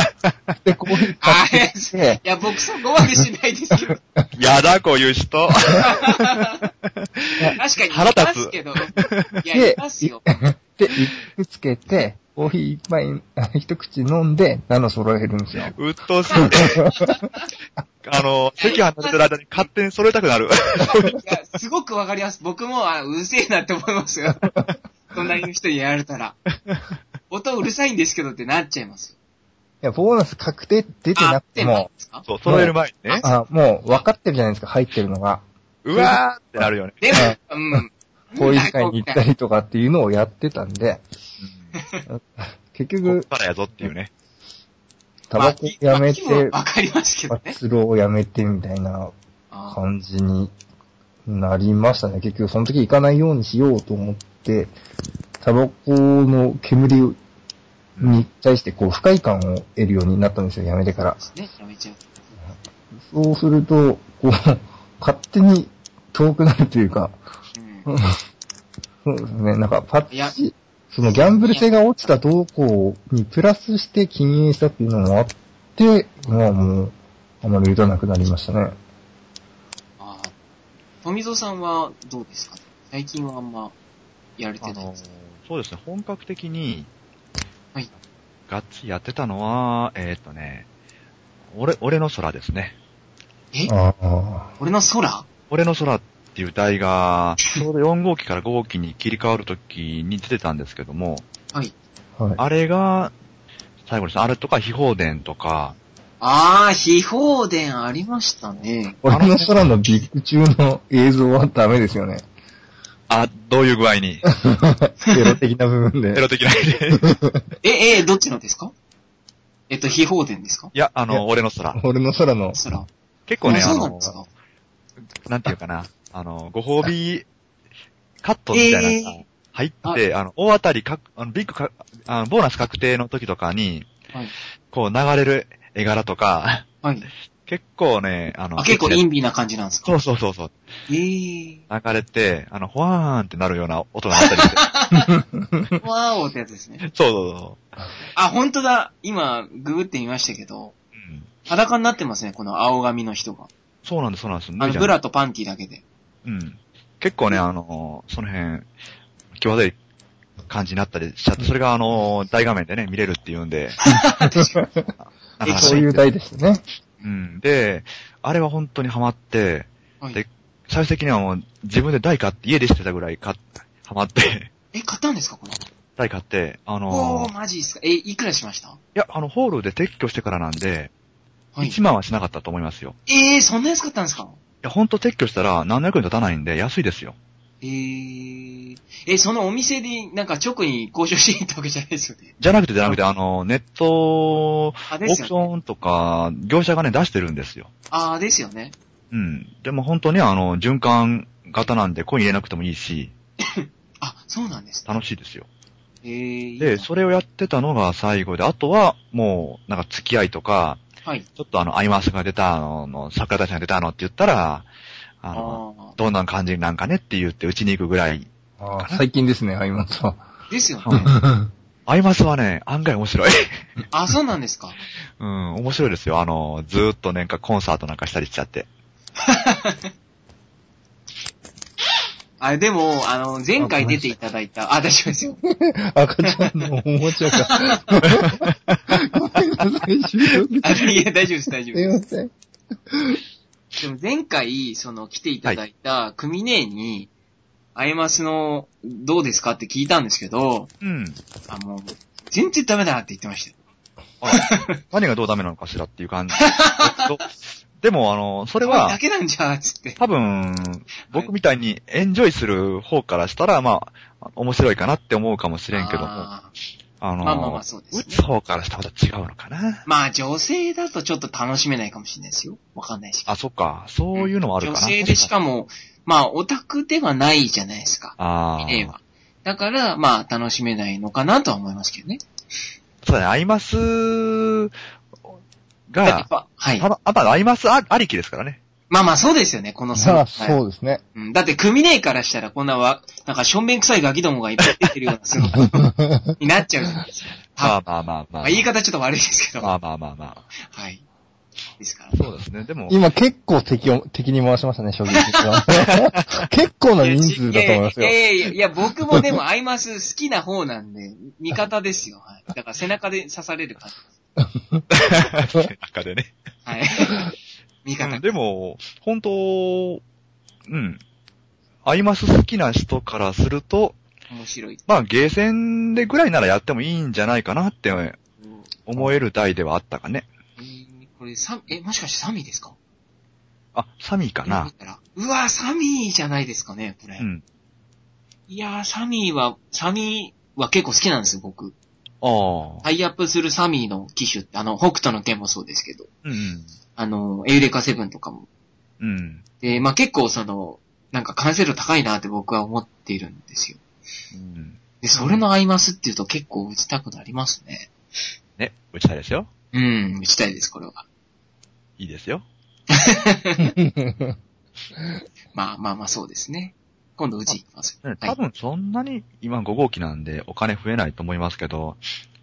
[SPEAKER 2] で、コーヒー買
[SPEAKER 1] あ
[SPEAKER 2] ってきて
[SPEAKER 1] い、や、僕そこまでしないですけ ど。
[SPEAKER 3] やだ、こういう人。
[SPEAKER 1] 確かに。
[SPEAKER 3] 腹立つ
[SPEAKER 1] いますけど。いや、
[SPEAKER 2] で
[SPEAKER 1] いますよ。
[SPEAKER 2] で、一服つけて、コーヒー一杯、あ一口飲んで、ナノ揃えるんですよ。
[SPEAKER 3] うっとうしい。あの、席離れてる間に勝手に揃えたくなる。
[SPEAKER 1] いや、すごくわかります。僕も、あ、うるせえなって思いますよ。 隣の人にやられたら。音うるさいんですけどってなっちゃいますよ。
[SPEAKER 2] いや、ボーナス確定出てな
[SPEAKER 1] あ
[SPEAKER 2] くても、
[SPEAKER 1] ですか
[SPEAKER 3] そう、揃える前にね。
[SPEAKER 2] あ、もう分かってるじゃないですか、入ってるのが。
[SPEAKER 3] うわーってなるよね。
[SPEAKER 1] でも、うん。
[SPEAKER 2] こういう機会に行ったりとかっていうのをやってたんで、
[SPEAKER 3] うんこ
[SPEAKER 2] 結
[SPEAKER 3] っ
[SPEAKER 2] 局、
[SPEAKER 3] からやぞっていうね。
[SPEAKER 2] タバコや
[SPEAKER 1] ま
[SPEAKER 2] め
[SPEAKER 1] あ
[SPEAKER 2] て
[SPEAKER 1] まあ、わかりますけどね。
[SPEAKER 2] スローをやめてみたいな
[SPEAKER 1] あ
[SPEAKER 2] 感じになりましたね。結局、その時行かないようにしようと思って、タバコの煙に対してこう不快感を得るようになったんですよ、やめてから。
[SPEAKER 1] ーね、やめちゃう。
[SPEAKER 2] そうすると、こう、勝手に遠くなるというか、
[SPEAKER 1] うん
[SPEAKER 2] うんそうですね、なんかパ
[SPEAKER 1] いや
[SPEAKER 2] ッチ、そのギャンブル性が落ちた動向にプラスして禁煙したっていうのもあって、まあもう、あまり打たなくなりましたね。
[SPEAKER 1] あー富蔵さんはどうですか最近はあんまやれて
[SPEAKER 3] あ
[SPEAKER 1] ない
[SPEAKER 3] の
[SPEAKER 1] ですか、
[SPEAKER 3] そうですね、本格的に、
[SPEAKER 1] はい。
[SPEAKER 3] がっつりやってたのは、えーっとね、俺、俺の空ですね。
[SPEAKER 1] え
[SPEAKER 2] ああ。
[SPEAKER 1] 俺の空
[SPEAKER 3] 俺の空っていう台が、ちょうど4号機から5号機に切り替わるときに出てたんですけども、
[SPEAKER 1] はい。
[SPEAKER 2] はい。
[SPEAKER 3] あれが、最後ですね、あれとか、非放電とか、
[SPEAKER 1] あー、秘宝伝ありましたね。
[SPEAKER 2] 俺の空のビッグ中の映像はダメですよ ね。
[SPEAKER 3] あ、どういう具合に、
[SPEAKER 2] エロ的な部分
[SPEAKER 3] エ
[SPEAKER 2] で。
[SPEAKER 3] ロ的な
[SPEAKER 1] え、え、どっちのですかえっと、秘宝伝ですか
[SPEAKER 3] いや、あ
[SPEAKER 2] いや
[SPEAKER 3] の、俺の空。
[SPEAKER 2] 俺の空の、
[SPEAKER 1] 空。
[SPEAKER 3] 結構ね、
[SPEAKER 1] あ
[SPEAKER 3] あ
[SPEAKER 1] そうなん
[SPEAKER 3] の
[SPEAKER 1] で、すか
[SPEAKER 3] なんていうかな、あの、ご褒美、カットみたいなのが入って、あの、大当たりか、あの、ビッグか、あの、ボーナス確定の時とかに、
[SPEAKER 1] はい。
[SPEAKER 3] こう流れる絵柄とか、
[SPEAKER 1] はい。
[SPEAKER 3] 結構ね、あの、
[SPEAKER 1] あ、結構インビーな感じなんですか
[SPEAKER 3] そうそうそうそう、
[SPEAKER 1] えー。
[SPEAKER 3] 流れて、あの、ほわーんってなるような音があっ たりして、
[SPEAKER 1] わーおってやつですね。
[SPEAKER 3] そうそうそ
[SPEAKER 1] あ、ほんとだ。今、ググってみましたけど、
[SPEAKER 3] う。うん
[SPEAKER 1] 裸になってますね、この青髪の人が。
[SPEAKER 3] そうなんです、そうなんです。
[SPEAKER 1] あ
[SPEAKER 3] 脱い
[SPEAKER 1] の、
[SPEAKER 3] じゃ
[SPEAKER 1] ブ
[SPEAKER 3] ん
[SPEAKER 1] ラとパンティだけで。
[SPEAKER 3] うん。結構ね、あの、その辺、際どい感じになったりしちゃって、それがあの、大画面でね、見れるっていうんで、なかなか
[SPEAKER 2] そういう台ですね。
[SPEAKER 3] うん。で、あれは本当にハマって、
[SPEAKER 1] はい
[SPEAKER 3] で最終的にはもう自分で台買って、家でしてたぐらい買っハマって、
[SPEAKER 1] え、買ったんですかこれ。
[SPEAKER 3] 台買って、あ
[SPEAKER 1] お
[SPEAKER 3] の
[SPEAKER 1] ー、、マジですかえ、いくらしました
[SPEAKER 3] いや、あの、ホールで撤去してからなんで、
[SPEAKER 1] はい。
[SPEAKER 3] 1万はしなかったと思いますよ。
[SPEAKER 1] えー、そんな安かったんですか
[SPEAKER 3] いや、ほんと撤去したら何の役に立たないんで、安いですよ。
[SPEAKER 1] えー、え、そのお店で、なんか直に交渉しに行ったわけじゃないですよね。
[SPEAKER 3] じゃなくてじゃなくて、あの、ネット、オ
[SPEAKER 1] あ、で
[SPEAKER 3] ー
[SPEAKER 1] す
[SPEAKER 3] クシ
[SPEAKER 1] よね。
[SPEAKER 3] ョンとか、業者がね、出してるんですよ。
[SPEAKER 1] あ、ですよね。
[SPEAKER 3] うん。でも本当にあの、循環型なんで、コイン入れなくてもいいし、
[SPEAKER 1] あ、そうなんですね。
[SPEAKER 3] 楽しいですよ。
[SPEAKER 1] えー、いいな
[SPEAKER 3] で、それをやってたのが最後で、あとは、もう、なんか付き合いとか、
[SPEAKER 1] はい。
[SPEAKER 3] ちょっとあの、アイマスが出たのの、桜大さんが出たのって言ったら、あの、
[SPEAKER 1] あ
[SPEAKER 3] どんな感じなんかねって言って、うちに行くぐらい。
[SPEAKER 2] あー最近ですね、今さ。
[SPEAKER 1] ーですよね。
[SPEAKER 3] アイマスはね、案外面白い。
[SPEAKER 1] あ、そうなんですか。
[SPEAKER 3] うん、面白いですよ。あの、ずーっとなんかコンサートなんかしたりしちゃって。
[SPEAKER 1] あ、でも、あの、前回出ていただいた、あ、大丈夫ですよ。
[SPEAKER 2] 赤ちゃんのおもちゃが。ごめんなさい、収録
[SPEAKER 1] あいや、大丈夫です、大丈夫
[SPEAKER 2] す
[SPEAKER 1] で
[SPEAKER 2] いません。
[SPEAKER 1] す。でも前回、その、来ていただいた、クミネに、アイマスの、どうですかって聞いたんですけど、
[SPEAKER 3] うん。
[SPEAKER 1] あ、もう、全然ダメだなって言ってましたよ。
[SPEAKER 3] 何がどうダメなのかしらっていう感じ。 でも、あの、それ
[SPEAKER 1] これだ
[SPEAKER 3] は、
[SPEAKER 1] けなんじゃ、つって。
[SPEAKER 3] 多分、僕みたいにエンジョイする方からしたら、まあ、面白いかなって思うかもしれんけども、あ
[SPEAKER 1] あー
[SPEAKER 3] の、
[SPEAKER 1] まあまあまあ、そうで
[SPEAKER 3] 打
[SPEAKER 1] す
[SPEAKER 3] つ
[SPEAKER 1] ね。
[SPEAKER 3] 方からしたらまた違うのかな。
[SPEAKER 1] まあ、女性だとちょっと楽しめないかもしれないですよ。わかんないし。
[SPEAKER 3] あ、そっか。そういうのもあるか
[SPEAKER 1] 女
[SPEAKER 3] な。
[SPEAKER 1] 性でしかも、まあ、オタクではないじゃないですか。ミ
[SPEAKER 3] あ
[SPEAKER 1] ネ
[SPEAKER 3] あ。
[SPEAKER 1] は。だから、まあ、楽しめないのかなとは思いますけどね。
[SPEAKER 3] そうだね、アイマス
[SPEAKER 1] やっ
[SPEAKER 3] が、
[SPEAKER 1] ぱはい
[SPEAKER 3] た。だ、あまあアイマスあありきですからね。
[SPEAKER 1] まあまあ、そうですよね、この
[SPEAKER 2] さあ、
[SPEAKER 1] はい
[SPEAKER 2] そうですね。
[SPEAKER 1] うんだって、組ねえからしたら、こんなわ、なんか、しょんべん臭いガキどもがいっぱい出てるような、その、になっちゃうじゃないですか。
[SPEAKER 3] ま
[SPEAKER 1] は
[SPEAKER 3] あまあまあま
[SPEAKER 1] ま
[SPEAKER 3] あ。
[SPEAKER 1] あ、言い方ちょっと悪いですけど。
[SPEAKER 3] ま
[SPEAKER 1] は
[SPEAKER 3] あまあまあまあ。
[SPEAKER 1] い。ですから。
[SPEAKER 3] そうですね。でも、
[SPEAKER 2] 今結構敵を、敵に回しましたね、衝撃 が。結構な人数だと思いますよ
[SPEAKER 1] い。やいやいやいやいや、僕もでも、アイマス好きな方なんで、味方ですよ。はい。だから、背中で刺される感じ。
[SPEAKER 3] 中でね。
[SPEAKER 1] はい。味方。
[SPEAKER 3] うんでも、本当、うん。アイマス好きな人からすると、
[SPEAKER 1] 面白い。
[SPEAKER 3] まあ、ゲーセンでぐらいならやってもいいんじゃないかなって思える台ではあったかね。
[SPEAKER 1] えーこれ、サえ、もしかしてサミーですか
[SPEAKER 3] あ、サミーかな。。
[SPEAKER 1] うわ、サミーじゃないですかね、これ。
[SPEAKER 3] うん。
[SPEAKER 1] いやー、サミーは、サミーは結構好きなんですよ、僕。
[SPEAKER 3] ああ。
[SPEAKER 1] タイアップするサミーの機種って、あの、北斗の剣もそうですけど、
[SPEAKER 3] うん
[SPEAKER 1] あの、エウレカセブンとかも。
[SPEAKER 3] うん。うん。
[SPEAKER 1] で、まあ、結構その、なんか完成度高いなって僕は思っているんですよ。
[SPEAKER 3] うん。
[SPEAKER 1] で、それの合いますっていうと結構打ちたくなりますね。
[SPEAKER 3] ね、打ちたいですよ。
[SPEAKER 1] うん、打ちたいです、これは。
[SPEAKER 3] いいですよ。
[SPEAKER 1] まあまあまあ、そうですね。今度うち行きます。
[SPEAKER 3] ね多分そんなに今5号機なんでお金増えないと思いますけど、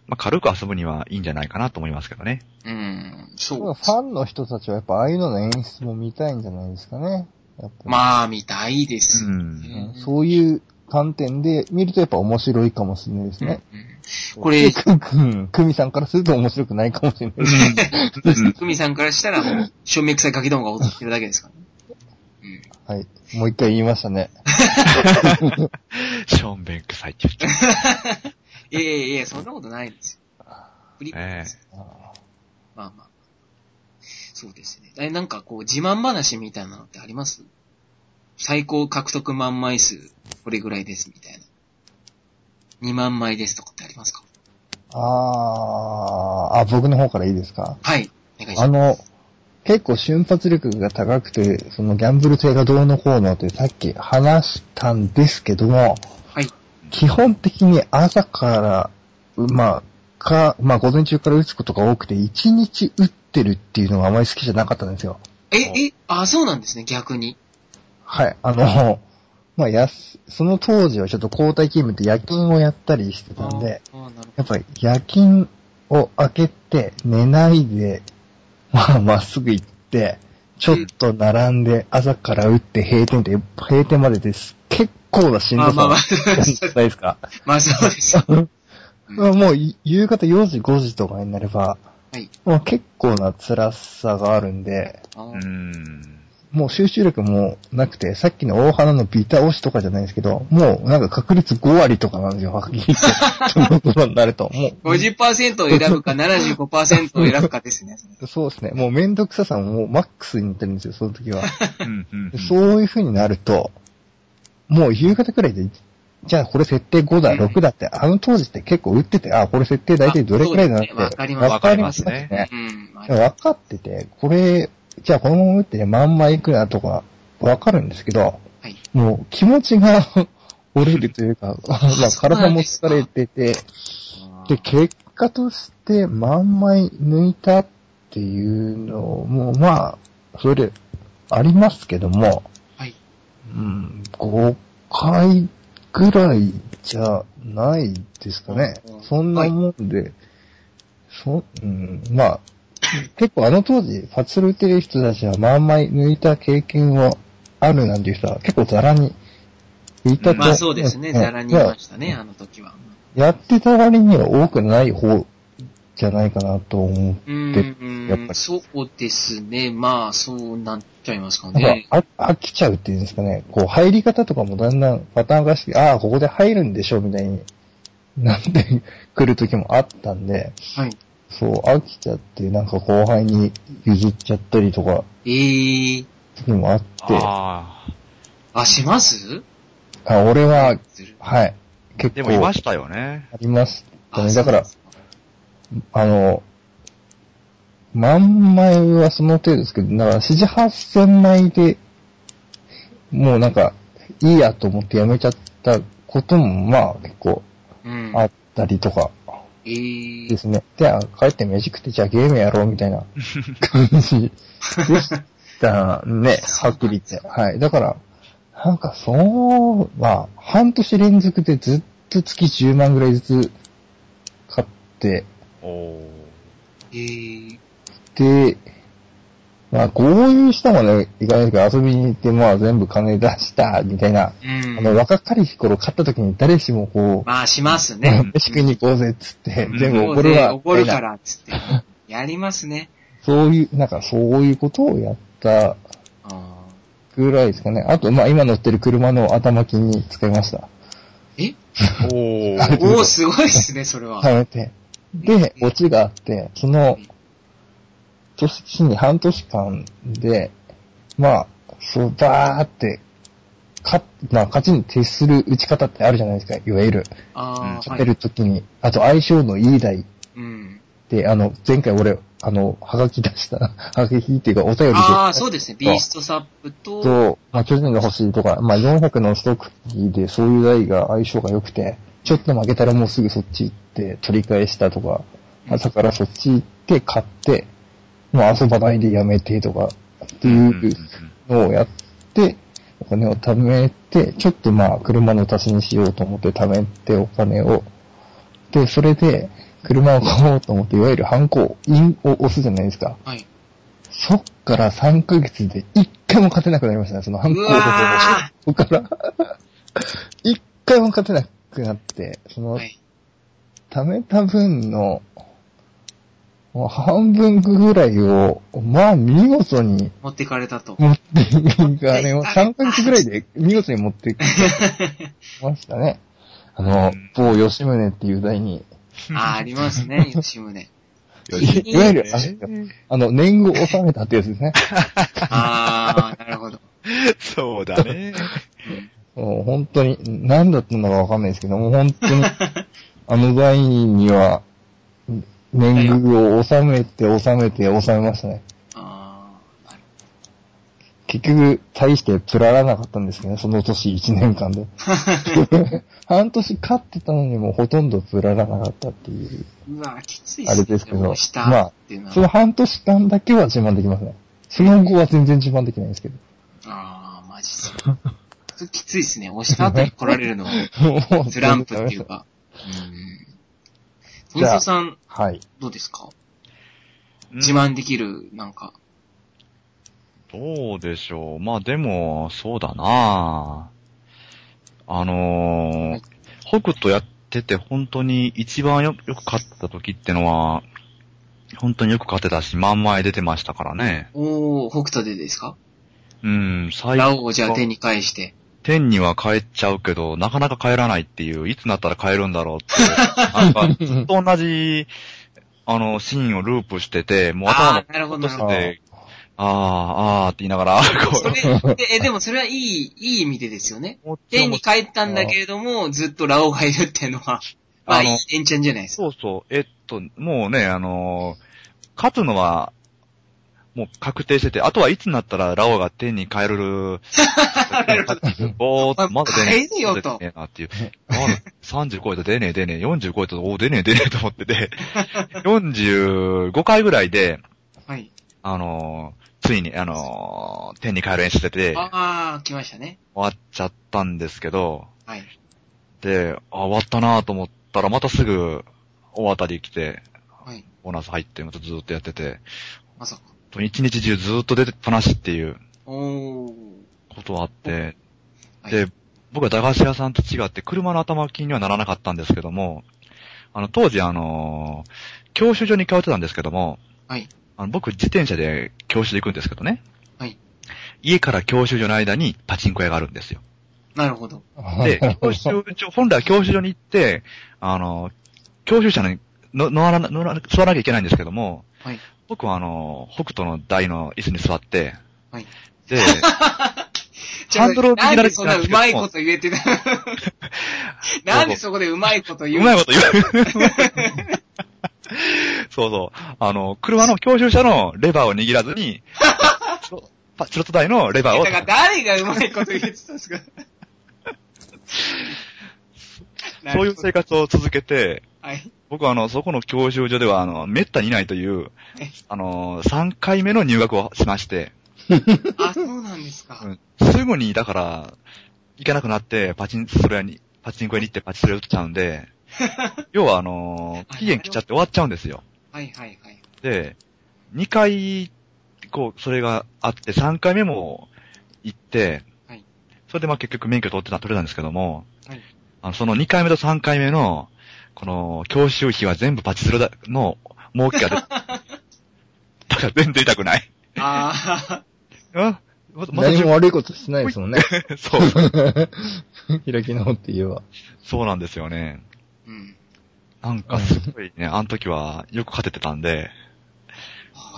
[SPEAKER 3] まあ、軽く遊ぶにはいいんじゃないかなと思いますけどね。
[SPEAKER 1] うん、
[SPEAKER 2] フ
[SPEAKER 1] そう。
[SPEAKER 2] ァンの人たちはやっぱああいうのの演出も見たいんじゃないですかね。やっぱり
[SPEAKER 1] まあ、見たいで
[SPEAKER 3] う
[SPEAKER 1] す。
[SPEAKER 3] ん。
[SPEAKER 1] ね
[SPEAKER 2] そういう観点で見るとやっぱ面白いかもしれないですね。
[SPEAKER 1] うんこれ、
[SPEAKER 2] くんく ん、くみさんからすると面白くないかもしれない。
[SPEAKER 1] ふみさんからしたらもう、照明臭いガキどもが踊ってるだけですからね。うん。
[SPEAKER 2] はい。もう一回言いましたね。
[SPEAKER 3] ショーンベンク最中。
[SPEAKER 1] いやいやいや、そんなことないですよ。フリップです。まあまあ。そうですね。え、なんかこう、自慢話みたいなのってあります最高獲得万枚数、これぐらいですみたいな。2万枚ですとかってありますか
[SPEAKER 2] あー、あ、僕の方からいいですか
[SPEAKER 1] はい。お願いし
[SPEAKER 2] あ
[SPEAKER 1] ます。
[SPEAKER 2] の、結構瞬発力が高くて、そのギャンブル性がどうのこうのってさっき話したんですけども、
[SPEAKER 1] はい。
[SPEAKER 2] 基本的に朝から、うまあ、か、まあ午前中から打つことが多くて、1日打ってるっていうのがあまり好きじゃなかったんですよ。
[SPEAKER 1] え、え、あ、そうなんですね、逆に。
[SPEAKER 2] はい、あの、 まあ、やす、その当時はちょっと交代勤務って夜勤をやったりしてたんで、
[SPEAKER 1] あーなるほ
[SPEAKER 2] やっぱり夜勤を開けて寝ないで、まあ、まっすぐ行って、ちょっと並んで朝から打って閉店で、閉店までです。結構なしんど
[SPEAKER 1] まあ
[SPEAKER 2] さ。
[SPEAKER 1] まあまあ、
[SPEAKER 2] じゃないですか。
[SPEAKER 1] まあ そうですよ。
[SPEAKER 2] まあもうい夕方4時5時とかになれば、
[SPEAKER 1] はい。
[SPEAKER 2] もう結構な辛さがあるんで、
[SPEAKER 1] あ
[SPEAKER 3] う
[SPEAKER 1] ー
[SPEAKER 3] ん。
[SPEAKER 2] もう集中力もなくて、さっきの大花のビタ押しとかじゃないですけど、もうなんか確率5割とかなんですよ、はっきり言って。そのことになると。も
[SPEAKER 1] 50%を選ぶか75%を選ぶかですね。
[SPEAKER 2] う、そうですね。もうめんどくささももうマックスになってるんですよ、その時 は。
[SPEAKER 3] うんうん
[SPEAKER 2] でそういう風になると、もう夕方くらいで、じゃあこれ設定5だ、6だって、あの当時って結構打ってて、あ、これ設定大体どれくらいだなっ
[SPEAKER 1] あ
[SPEAKER 2] て。
[SPEAKER 1] そうですねわかります
[SPEAKER 2] わかりますね。
[SPEAKER 1] うん。まあ
[SPEAKER 2] 分かってて、これ、じゃあこのまま打ってまんまいくなとか、わかるんですけど、
[SPEAKER 1] はい
[SPEAKER 2] もう気持ちが 折れるというか、まあ体も疲れてて、で、結果としてまんまい抜いたっていうのも、まあ、それ、ありますけども、
[SPEAKER 1] はい。
[SPEAKER 2] うん、5回ぐらいじゃないですかね
[SPEAKER 1] うん。
[SPEAKER 2] そんなもんで、そ、うん、まあ、結構あの当時、パチスロ打ってる人たちはまんまい抜いた経験はあるなんていう人は結構ザラにいたと、
[SPEAKER 1] まあそうですね、
[SPEAKER 2] ん
[SPEAKER 1] ざらにいましたね、あの時は。
[SPEAKER 2] やってた割には多くない方じゃないかなと思
[SPEAKER 1] う
[SPEAKER 2] う。やっぱ
[SPEAKER 1] ーん、
[SPEAKER 2] り
[SPEAKER 1] そうですね、まあそうなっちゃいますか
[SPEAKER 2] なん
[SPEAKER 1] ね。
[SPEAKER 2] かあ飽きちゃうっていうんですかね。こう入り方とかもだんだんパターン化して、ああ、ここで入るんでしょみたいになってくる時もあったんで、
[SPEAKER 1] はい。
[SPEAKER 2] そう、飽きちゃって、なんか後輩に譲っちゃったりとか、
[SPEAKER 1] ええー、
[SPEAKER 2] 時もあって、あ
[SPEAKER 3] ああ。
[SPEAKER 1] あ、します
[SPEAKER 2] 俺は、
[SPEAKER 1] する
[SPEAKER 2] はい、結
[SPEAKER 3] でもい
[SPEAKER 2] 構
[SPEAKER 3] ま
[SPEAKER 2] あ
[SPEAKER 3] したよね。
[SPEAKER 2] ります
[SPEAKER 1] あ
[SPEAKER 2] ね。だから
[SPEAKER 1] そ、う
[SPEAKER 2] あの、万枚はその程度ですけど、だから7、8千枚で、もうなんか、いいやと思ってやめちゃったことも、まあ結構
[SPEAKER 1] なんですか
[SPEAKER 2] あったりとか
[SPEAKER 1] うん。ええー
[SPEAKER 2] ですね。で、あ帰って飯食ってじゃあゲームやろうみたいな感じでしたね、はっきり言って。はい。だから、なんかそう、まあ、半年連続でずっと月10万ぐらいずつ買って、
[SPEAKER 3] おお。
[SPEAKER 1] えー、
[SPEAKER 2] で、まあ、合流したまでいかないけど、遊びに行って、まあ、全部金出した、みたいな。
[SPEAKER 1] うん。
[SPEAKER 2] あの、若かりし頃買った時に誰しもこう、
[SPEAKER 1] まあしますね。
[SPEAKER 2] 飯食いに行こうぜ、っつって
[SPEAKER 3] う、ん
[SPEAKER 2] 全部
[SPEAKER 1] も
[SPEAKER 2] お
[SPEAKER 1] う
[SPEAKER 2] ごる
[SPEAKER 1] ね
[SPEAKER 2] わ。
[SPEAKER 1] 怒るか
[SPEAKER 2] みたいな。
[SPEAKER 1] ら、 つって。やりますね。
[SPEAKER 2] そういう、なんかそういうことをやった
[SPEAKER 1] あ
[SPEAKER 2] ぐらいですかね。あと、まあ、今乗ってる車の頭金に使いました。
[SPEAKER 1] ーえ
[SPEAKER 3] お
[SPEAKER 2] あ
[SPEAKER 3] ー
[SPEAKER 1] おー、すごいですね、それは。
[SPEAKER 2] 貯めて。で、オチがあって、その、年に半年間で、まあ、そう、ばーって、か、まあ、勝ちに徹する打ち方ってあるじゃないですか、いわゆる。
[SPEAKER 1] ああ、
[SPEAKER 2] 勝てる時に、あと相性のいい台
[SPEAKER 1] はい。うん。
[SPEAKER 2] で、あの、前回俺、あの、はがき出した、はがきっていうかお便りで、
[SPEAKER 1] ああ、そうですね、ビーストサップと、
[SPEAKER 2] と、まあ、巨人が欲しいとか、まあ、400のストックでそういう台が相性が良くて、ちょっと負けたらもうすぐそっち行って取り返したとか、朝からそっち行って買って、もう遊ばないでやめてとか、っていうのをやって、お金を貯めて、ちょっとまあ、車の足しにしようと思って貯めてお金を。で、それで、車を買おうと思って、いわゆるハンコ、インを押すじゃないですか。
[SPEAKER 1] はい。
[SPEAKER 2] そっから3ヶ月で1回も勝てなくなりましたね、そのハンコを
[SPEAKER 1] うわ
[SPEAKER 2] そこから。1回も勝てなくなって、その、
[SPEAKER 1] はい。
[SPEAKER 2] 貯めた分の、もう半分ぐらいを、まあ見事に
[SPEAKER 1] 持ってかれたと。
[SPEAKER 2] 持っていく、あれを3ヶ月ぐらいで見事に持っていきました ね。あの、某吉宗っていう題に、
[SPEAKER 1] あー、あります ね、吉宗。
[SPEAKER 3] 吉
[SPEAKER 2] いわゆるあれあの、年貢を納めたってやつですね。
[SPEAKER 1] あー、なるほど。
[SPEAKER 3] そうだね。
[SPEAKER 2] もう本当に、何だったのかわかんないですけども、本当 に、あの代には、年貢を納めて、納めて、納めましたね。
[SPEAKER 1] あー、なる
[SPEAKER 2] 結局、大してつららなかったんですけどね、その年1年 間で。半年勝ってたのにもうほとんどつららなかったっていう。
[SPEAKER 1] うわきついっ
[SPEAKER 2] あれですけど
[SPEAKER 1] 下っていうのは。
[SPEAKER 2] その半年間だけは自慢できますね。その後は全然自慢できないんで すけど。
[SPEAKER 1] あー、マジっすか。それきついっすね。押した後に来られ るのは、
[SPEAKER 2] もう
[SPEAKER 1] スランプっていう。か。うん。トンソさん、
[SPEAKER 2] はい。
[SPEAKER 1] どうですか
[SPEAKER 3] うん
[SPEAKER 1] 自慢できる、なんか。
[SPEAKER 3] どうでしょう。まあでも、そうだなあのー、北斗やってて本当に一番よよく勝ってた時ってのは、本当によく勝てたし、万枚出てましたからね。
[SPEAKER 1] おー、北斗でですか
[SPEAKER 3] うん、最
[SPEAKER 1] ラオウをじゃあ手に返して。
[SPEAKER 3] 天には帰っちゃうけど、なかなか帰らないっていう、いつになったら帰るんだろう って、なんか、ずっと同じ、あの、シーンをループしてて、もう頭
[SPEAKER 1] あ
[SPEAKER 3] の
[SPEAKER 1] ー、なるほど、
[SPEAKER 3] 落
[SPEAKER 1] な
[SPEAKER 3] と
[SPEAKER 1] るほ
[SPEAKER 3] してて、あー、あーって言いながら、
[SPEAKER 1] ど。
[SPEAKER 3] こ
[SPEAKER 1] そ れ、でえ、でもそれはいい、いい意味でですよね。
[SPEAKER 3] う、
[SPEAKER 1] 天に帰ったんだけれども、ずっとラオウがいるっていうのは、まあ、
[SPEAKER 3] あ
[SPEAKER 1] いい
[SPEAKER 3] の
[SPEAKER 1] エンチャンじゃないですか。
[SPEAKER 3] そうそう、えっと、もうね、あのー勝つのは、もう確定してて、あとはいつになったらラオが天に帰る、ぼーっと、まだ出ねえ。
[SPEAKER 1] 帰れよと
[SPEAKER 3] 出ねえなっていう。まだ30超えたら出ねえ出ねえ、40超えたら、おー出ねえ出ねえと思ってて、45回ぐらいで、
[SPEAKER 1] はい。
[SPEAKER 3] あのーついに、あのー天に帰る演出してて、終
[SPEAKER 1] ああ、来ましたね。
[SPEAKER 3] わっちゃったんですけど、
[SPEAKER 1] はい。
[SPEAKER 3] で、あ、終わったなと思ったら、またすぐ、大当たり来て、
[SPEAKER 1] はい。
[SPEAKER 3] ボーナス入って、またずーっとやってて、
[SPEAKER 1] まさか。
[SPEAKER 3] 一日中ずーっと出てっぱなしっていう
[SPEAKER 1] おー。
[SPEAKER 3] ことはあって、
[SPEAKER 1] はい
[SPEAKER 3] で、僕は駄菓子屋さんと違って車の頭金にはならなかったんですけども、あの、当時あのー教習所に通ってたんですけども、
[SPEAKER 1] はい
[SPEAKER 3] あの僕自転車で教習で行くんですけどね。
[SPEAKER 1] はい
[SPEAKER 3] 家から教習所の間にパチンコ屋があるんですよ。
[SPEAKER 1] なるほど。
[SPEAKER 3] で、 教習所、本来は教習所に行って、あの、教習車にの乗らな、乗らな、座らなきゃいけないんですけども、
[SPEAKER 1] はい
[SPEAKER 3] 僕はあの、北斗の台の椅子に座って、
[SPEAKER 1] はい
[SPEAKER 3] で、ハンドルを
[SPEAKER 1] な
[SPEAKER 3] 握
[SPEAKER 1] んで
[SPEAKER 3] られて
[SPEAKER 1] そん
[SPEAKER 3] た
[SPEAKER 1] なん
[SPEAKER 3] で
[SPEAKER 1] う
[SPEAKER 3] すけど
[SPEAKER 1] まいこと言えてた なんでそこでうまいこと言
[SPEAKER 3] う
[SPEAKER 1] う
[SPEAKER 3] まいこと言 う。そうそう。あの、車の教習車のレバーを握ら ずに、パチロット台のレバー
[SPEAKER 1] だ
[SPEAKER 3] を。
[SPEAKER 1] から誰がうまいこと言えてたんですか
[SPEAKER 3] そういう生活を続けて、
[SPEAKER 1] はい。
[SPEAKER 3] 僕はあの、そこの教習所では、あの、滅多にいないという
[SPEAKER 1] え、
[SPEAKER 3] あの、3回目の入学をしまして、
[SPEAKER 1] あ、そうなんですか。
[SPEAKER 3] すぐに、だから、行かなくなって、パチン、それに、パチンコ屋に行ってパチスロ打っちゃう んで、要はあのー期限来ちゃって終わっちゃうんですよ。
[SPEAKER 1] はいはいはい。
[SPEAKER 3] で、2回、こう、それがあって、3回目も行って、
[SPEAKER 1] はい
[SPEAKER 3] それでまあ結局免許取ってた、取れたんですけども、
[SPEAKER 1] はい
[SPEAKER 3] あのその2回目と3回目の、この、教習費は全部パチスロだの儲け が出だから全然痛くない。
[SPEAKER 1] あ
[SPEAKER 3] あままた
[SPEAKER 2] 何も悪いことしてないですもんね。
[SPEAKER 3] そう、
[SPEAKER 2] 開き直って言えば。
[SPEAKER 3] そうなんですよね。
[SPEAKER 1] ー。 うん。
[SPEAKER 3] なんかすごいね、あの時はよく勝ててたんで、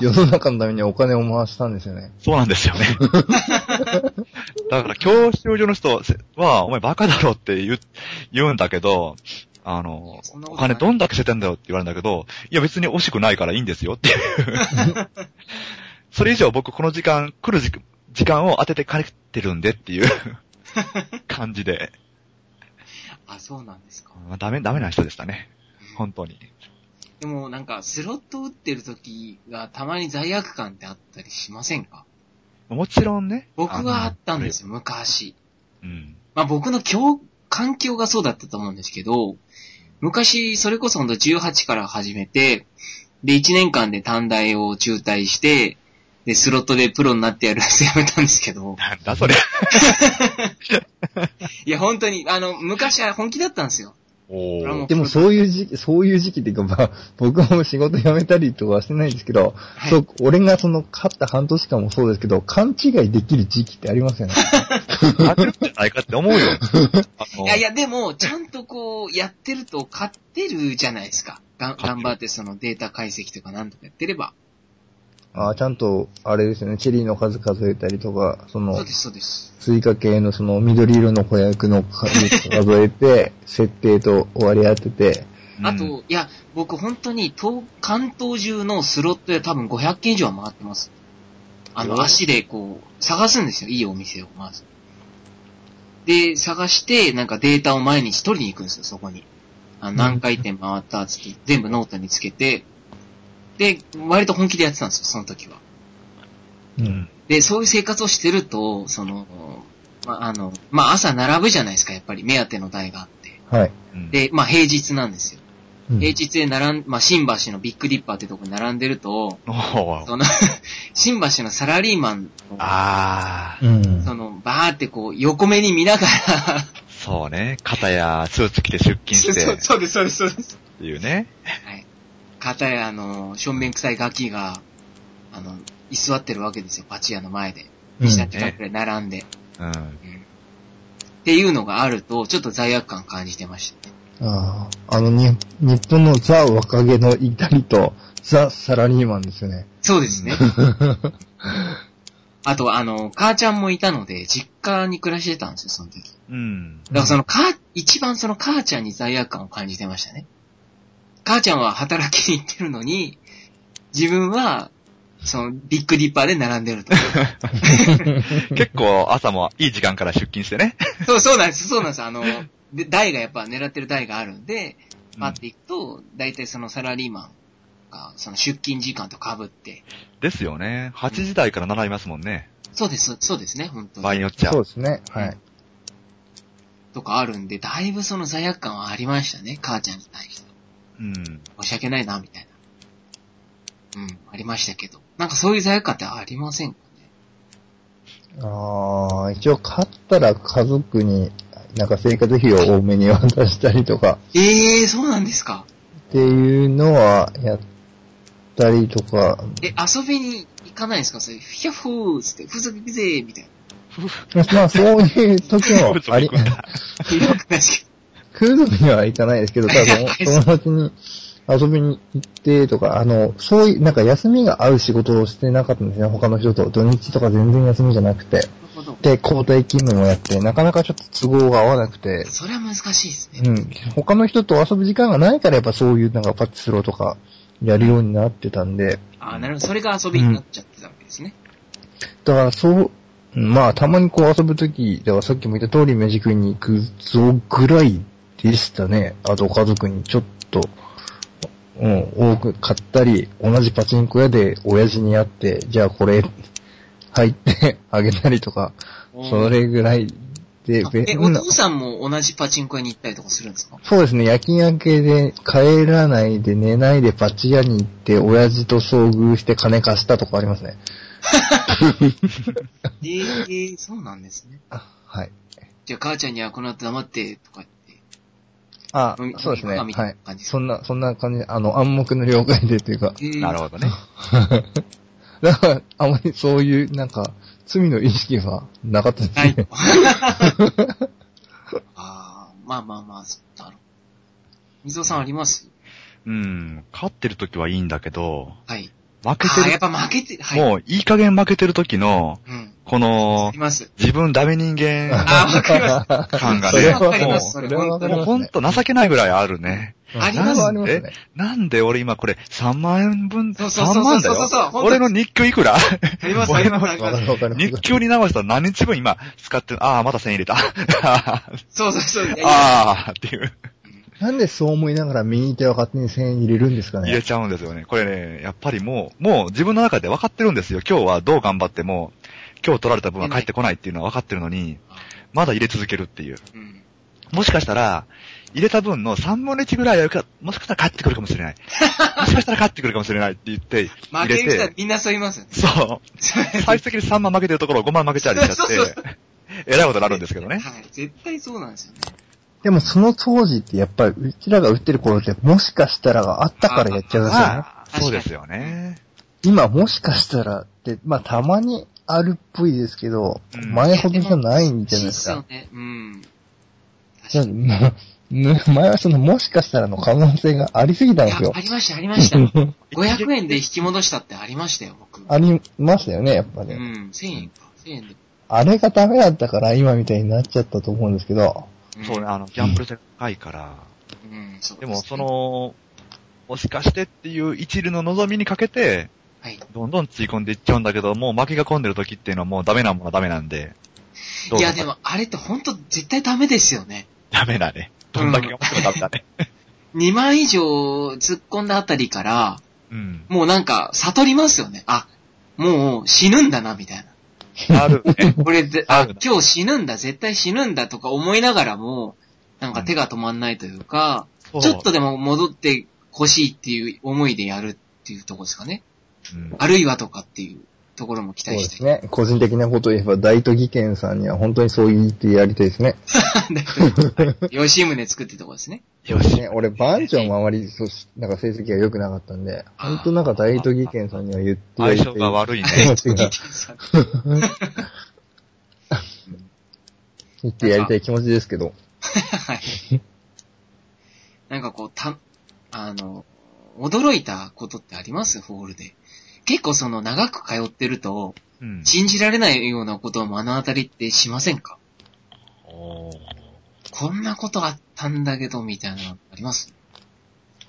[SPEAKER 2] 世の中のためにお金を回したんですよね。
[SPEAKER 3] そうなんですよね。 だから教習所の人は、お前バカだろって言う、言うんだけど、あの、
[SPEAKER 1] そんなこ
[SPEAKER 3] お
[SPEAKER 1] とない
[SPEAKER 3] 金どんだけ捨てたんだよって言われるんだけど、いや別に惜しくないからいいんですよっていう。 それ以上僕この時間、来る時時間を当てて借りてるんでっていう感じで、
[SPEAKER 1] あ、そうなんですか。
[SPEAKER 3] まあダメ、ダメな人でしたね。本当に。
[SPEAKER 1] でもなんか、スロット打ってる時がたまに罪悪感ってあったりしませんか
[SPEAKER 3] もちろんね。
[SPEAKER 1] 僕
[SPEAKER 3] の
[SPEAKER 1] はあったんですよ、昔。
[SPEAKER 3] うん。
[SPEAKER 1] まあ僕の境環境がそうだったと思うんですけど、昔、それこそほんと18から始めて、で、1年間で短大を中退して、で、スロットでプロになってやるってやめたんですけど、
[SPEAKER 3] なんだそれ。
[SPEAKER 1] いや、本当に、あの、昔は本気だったんですよ。
[SPEAKER 3] お
[SPEAKER 1] ー
[SPEAKER 2] でもそういう時期、そういう時期っていうか、まあ、僕も仕事辞めたりとかはしてないんですけど、
[SPEAKER 1] はい
[SPEAKER 2] そう、俺がその、勝った半年間もそうですけど、勘違いできる時期ってありますよね。
[SPEAKER 3] あるんじゃないかって思う よ。あの
[SPEAKER 1] いやいや、でも、ちゃんとこう、やってると勝ってるじゃないですか。がん
[SPEAKER 3] 勝ってる
[SPEAKER 1] 頑張ってそのデータ解析とかなんとかやってれば。
[SPEAKER 2] ああ、ちゃんと、あれですよね、チェリーの数数えたりとか、そ
[SPEAKER 1] そう
[SPEAKER 2] の
[SPEAKER 1] で、す、そうです。
[SPEAKER 2] 追加系のその、緑色の子役の数数 えて、設定と割り当てて、
[SPEAKER 3] うん
[SPEAKER 1] あと、いや、僕本当に東、関東中のスロットで多分500件以上は回ってます。あ
[SPEAKER 3] う
[SPEAKER 1] の、
[SPEAKER 3] わ
[SPEAKER 1] 足でこう、探すんですよ。いいお店を、まず。で、探して、なんかデータを毎日取りに行くんですよ、そこに。あの何回転回ったっつって、全部ノートにつけて、で、割と本気でやってたんですよ、その時は。
[SPEAKER 2] うん。
[SPEAKER 1] で、そういう生活をしてると、その、まあ、あの、まあ、朝並ぶじゃないですか、やっぱり、目当ての台があって。
[SPEAKER 2] はい。
[SPEAKER 3] うん、
[SPEAKER 1] で、まあ、平日なんですよ。
[SPEAKER 2] うん
[SPEAKER 1] 平日で並ん、まあ、新橋のビッグディッパーってとこに並んでると、
[SPEAKER 3] おー
[SPEAKER 1] その、 新橋のサラリーマンを
[SPEAKER 3] あ
[SPEAKER 2] う
[SPEAKER 3] あ、
[SPEAKER 2] ん。
[SPEAKER 1] その、バーってこう、横目に見ながら、
[SPEAKER 3] そうね。肩やスーツ着て出勤
[SPEAKER 1] そう
[SPEAKER 3] して っ
[SPEAKER 1] そうです、そうです、そうです。
[SPEAKER 3] ていうね。
[SPEAKER 1] はい。片や、あの、正面臭いガキが、あの、居座ってるわけですよ、パチ屋の前で。
[SPEAKER 2] うん
[SPEAKER 1] 下ってくらい並んで。
[SPEAKER 3] うん。
[SPEAKER 1] っていうのがあると、ちょっと罪悪感感じてましたね。
[SPEAKER 2] ああ、あのに、日本のザ若気の至りと、ザサラリーマンですよね。
[SPEAKER 1] そうです ね。あと、あの、母ちゃんもいたので、実家に暮らしてたんですよ、その時。
[SPEAKER 3] うん。
[SPEAKER 1] だからその、か、一番その母ちゃんに罪悪感を感じてましたね。母ちゃんは働きに行ってるのに、自分は、その、ビッグディッパーで並んでる と。
[SPEAKER 3] 結構朝もいい時間から出勤してね。
[SPEAKER 1] そう、そうなんです、そうなんです。あの、で、台がやっぱ狙ってる台があるんで、パっていくと、大体そのサラリーマンが、その出勤時間と被って、
[SPEAKER 3] ですよね。8時台から習いますもんね。
[SPEAKER 1] そうです、そうですね、本当
[SPEAKER 3] 場合
[SPEAKER 1] に。
[SPEAKER 3] によっちゃ
[SPEAKER 2] そう。ですね。はい。
[SPEAKER 1] とかあるんで、だいぶその罪悪感はありましたね、母ちゃんに対して。
[SPEAKER 3] うん。
[SPEAKER 1] 申し訳ないな、みたいな。うん、ありましたけど。なんかそういう罪悪感ってありませんかね
[SPEAKER 2] ああ、一応買ったら家族に、なんか生活費を多めに渡したりとか、
[SPEAKER 1] ええー、そうなんですか。
[SPEAKER 2] っていうのはやったりとか、
[SPEAKER 1] え、遊びに行かないんですかそれ、ひゃふーっつって、ふざけぜーみたいな。
[SPEAKER 2] まあそういう時も
[SPEAKER 3] 風俗
[SPEAKER 2] あり、
[SPEAKER 3] 行くんだ
[SPEAKER 1] ひどくないです け
[SPEAKER 2] 風俗には行かないですけど、ただ友友達に遊びに行ってとか、あの、そういう、なんか休みが合う仕事をしてなかったんですね、他の人と。土日とか全然休みじゃなく
[SPEAKER 1] ど
[SPEAKER 2] て。
[SPEAKER 1] なるほど。
[SPEAKER 2] で、交代勤務もやって、なかなかちょっと都合が合わなくて、
[SPEAKER 1] それは難しいですね。
[SPEAKER 2] うん、他の人と遊ぶ時間がないからやっぱそういうなんかパチスロとかやるようになってたんで、
[SPEAKER 1] ああ、なるほど。それが遊びになっちゃってたわけですね。
[SPEAKER 2] だからそう、うんまあたまにこう遊ぶとき、だからさっきも言った通り飯食いに行くぞぐらいでしたね。あと家族にちょっと、うん、多く買ったり、同じパチンコ屋で親父に会って、じゃあこれ、入ってあげたりとか、それぐらいで、
[SPEAKER 1] あ
[SPEAKER 2] べ
[SPEAKER 1] え、お父さんも同じパチンコ屋に行ったりとかするんですか
[SPEAKER 2] そうですね、夜勤明けで帰らないで寝ないでパチ屋に行って親父と遭遇して金貸したとかありますね。
[SPEAKER 1] ええー、そうなんですね。
[SPEAKER 2] あはい。
[SPEAKER 1] じゃあ、母ちゃんにはこの後黙って、とか言って。
[SPEAKER 2] あ
[SPEAKER 1] 飲み、
[SPEAKER 2] そうですね。
[SPEAKER 1] 飲み行くかみたいな
[SPEAKER 2] はい
[SPEAKER 1] 感。じ
[SPEAKER 2] そんな、そんな感じ、あの、暗黙の了解でというか、
[SPEAKER 1] えー
[SPEAKER 3] なるほどね。
[SPEAKER 2] だから、あまりそういう、なんか、罪の意識はなかったです
[SPEAKER 1] ない
[SPEAKER 2] ね。。
[SPEAKER 1] ああ、まあまあまあ、そうだろう。水尾さんあります
[SPEAKER 3] うん。勝ってる時はいいんだけど、
[SPEAKER 1] はい。
[SPEAKER 3] 負け
[SPEAKER 1] ああ、
[SPEAKER 3] て
[SPEAKER 1] やっ
[SPEAKER 3] る、
[SPEAKER 1] ぱ負けて、はい。
[SPEAKER 3] もういい加減負けてる時の、
[SPEAKER 1] うん。
[SPEAKER 3] こ
[SPEAKER 1] あ
[SPEAKER 3] の
[SPEAKER 1] り、ます。
[SPEAKER 3] 自分ダメ人間
[SPEAKER 1] ああ、わかります。
[SPEAKER 3] 感 が
[SPEAKER 1] それ
[SPEAKER 3] ね、
[SPEAKER 1] はわかります、そ
[SPEAKER 2] もう
[SPEAKER 1] れ
[SPEAKER 2] それは
[SPEAKER 1] は
[SPEAKER 2] わ。かり
[SPEAKER 3] もう
[SPEAKER 2] ます
[SPEAKER 3] ほんと情けないぐらいあるね。
[SPEAKER 1] あります
[SPEAKER 2] ありますね。
[SPEAKER 3] なんで俺今これ3万円分、
[SPEAKER 1] そうそうそう
[SPEAKER 3] 3万だ
[SPEAKER 1] そうそうそう
[SPEAKER 3] よ。
[SPEAKER 1] ほんと
[SPEAKER 3] 俺の日給いくら
[SPEAKER 1] あります、あ
[SPEAKER 3] 俺
[SPEAKER 1] り
[SPEAKER 3] の
[SPEAKER 1] ます、あり
[SPEAKER 2] わか
[SPEAKER 1] ます。
[SPEAKER 2] るわかる。
[SPEAKER 3] 日給に直したら何日分今使ってる、ああ、また1000入れた。あ
[SPEAKER 1] そうそうそう。いやいや
[SPEAKER 3] あ、っていう、
[SPEAKER 2] なんでそう思いながら右手は勝手に1000円入れるんですか
[SPEAKER 3] 入れ
[SPEAKER 2] ね。
[SPEAKER 3] ちゃうんですよね。これね、やっぱりもう、もう自分の中で分かってるんですよ。今日はどう頑張っても、今日取られた分は返ってこないっていうのは分かってるのに、まだ入れ続けるっていう。
[SPEAKER 1] うん。
[SPEAKER 3] もしかしたら、入れた分の3分の1ぐらいは、もしかしたら返ってくるかも しれない。もしかしたら返ってくるかもしれないって言って、
[SPEAKER 1] 負
[SPEAKER 3] 入
[SPEAKER 1] け
[SPEAKER 3] れ
[SPEAKER 1] る人は
[SPEAKER 3] て、
[SPEAKER 1] みんなそう言いますよね。
[SPEAKER 3] そう。最終的に3万負けてるところを5万負けちゃうりしちゃ
[SPEAKER 1] そうそう
[SPEAKER 3] って、えらいことになるんですけどね。
[SPEAKER 1] はい。絶対そうなんですよね。
[SPEAKER 2] でもその当時ってやっぱり、うちらが打ってる頃ってもしかしたらがあったからやっちゃうらしいよね。
[SPEAKER 3] まあ、そうですよね。
[SPEAKER 2] 今もしかしたらって、まあたまにあるっぽいですけど、
[SPEAKER 3] うん
[SPEAKER 2] 前ほどじゃないんじゃな
[SPEAKER 1] そ
[SPEAKER 2] いで
[SPEAKER 1] う
[SPEAKER 2] す
[SPEAKER 1] そう
[SPEAKER 2] か。
[SPEAKER 1] ね。うん。確
[SPEAKER 2] な
[SPEAKER 1] か
[SPEAKER 2] ん
[SPEAKER 1] に
[SPEAKER 2] でもう前はそのもしかしたらの可能性がありすぎたん
[SPEAKER 1] い
[SPEAKER 2] で
[SPEAKER 1] や
[SPEAKER 2] すよ
[SPEAKER 1] あ。りました、ありました。500
[SPEAKER 3] 円
[SPEAKER 1] 円で引き戻したってありましたよ、僕。
[SPEAKER 2] ありましたよね、やっぱ
[SPEAKER 1] う
[SPEAKER 2] ね。
[SPEAKER 1] ん、1000円か。1000円で。
[SPEAKER 2] あれがダメだったから今みたいになっちゃったと思うんですけど、
[SPEAKER 1] ん
[SPEAKER 3] そうね、あの、ギャンブル性が高いから。
[SPEAKER 1] うん、そうすね
[SPEAKER 3] でも、そ、の、もしかしてっていう一流の望みにかけて、
[SPEAKER 1] はい。
[SPEAKER 3] どんどんつい込んでいっちゃうんだけど、もう負けが込んでる時っていうのはもうダメなものはダメなんで。どう
[SPEAKER 1] い
[SPEAKER 3] ぞ
[SPEAKER 1] や、で。も、あれって本当絶対ダメですよね。
[SPEAKER 3] ダメだね。どんだけ思ってもダメだね。
[SPEAKER 1] 2万以上突っ込んだあたりから、
[SPEAKER 3] うん。
[SPEAKER 1] もうなんか、悟りますよね。あ、もう死ぬんだな、みたいな。
[SPEAKER 3] あるね。
[SPEAKER 1] これで、
[SPEAKER 3] あ
[SPEAKER 1] あ
[SPEAKER 3] るな、
[SPEAKER 1] 今日死ぬんだ、絶対死ぬんだとか思いながらも、なんか手が止まんないというか、
[SPEAKER 3] そう
[SPEAKER 1] ちょっとでも戻ってほしいっていう思いでやるっていうところですかね。
[SPEAKER 3] うん
[SPEAKER 1] あるいはとかっていうところも期
[SPEAKER 2] そう
[SPEAKER 1] 待
[SPEAKER 2] で
[SPEAKER 1] して。
[SPEAKER 2] すね。個人的なことを言えば、大都技研さんには本当にそう言ってやりたいですね。
[SPEAKER 1] 吉宗作ってとこです ね。
[SPEAKER 3] よし。
[SPEAKER 2] ね、俺、番長もあまり、そうし、なんか成績が良くなかったんで、本当なんか大都議研さんには言ってや
[SPEAKER 3] 相
[SPEAKER 2] りた
[SPEAKER 3] 性
[SPEAKER 2] い。
[SPEAKER 3] が悪い ね。
[SPEAKER 2] 気持ちが、
[SPEAKER 1] は
[SPEAKER 2] 言ってやりたい気持ちですけど。
[SPEAKER 1] い。なんかこう、た、あの、驚いたことってありますホールで。結構その長く通ってると、
[SPEAKER 3] うん。
[SPEAKER 1] 信じられないようなことを目の当たりってしませんか
[SPEAKER 3] おー
[SPEAKER 1] こんなことあったんだけど、みたいなのあります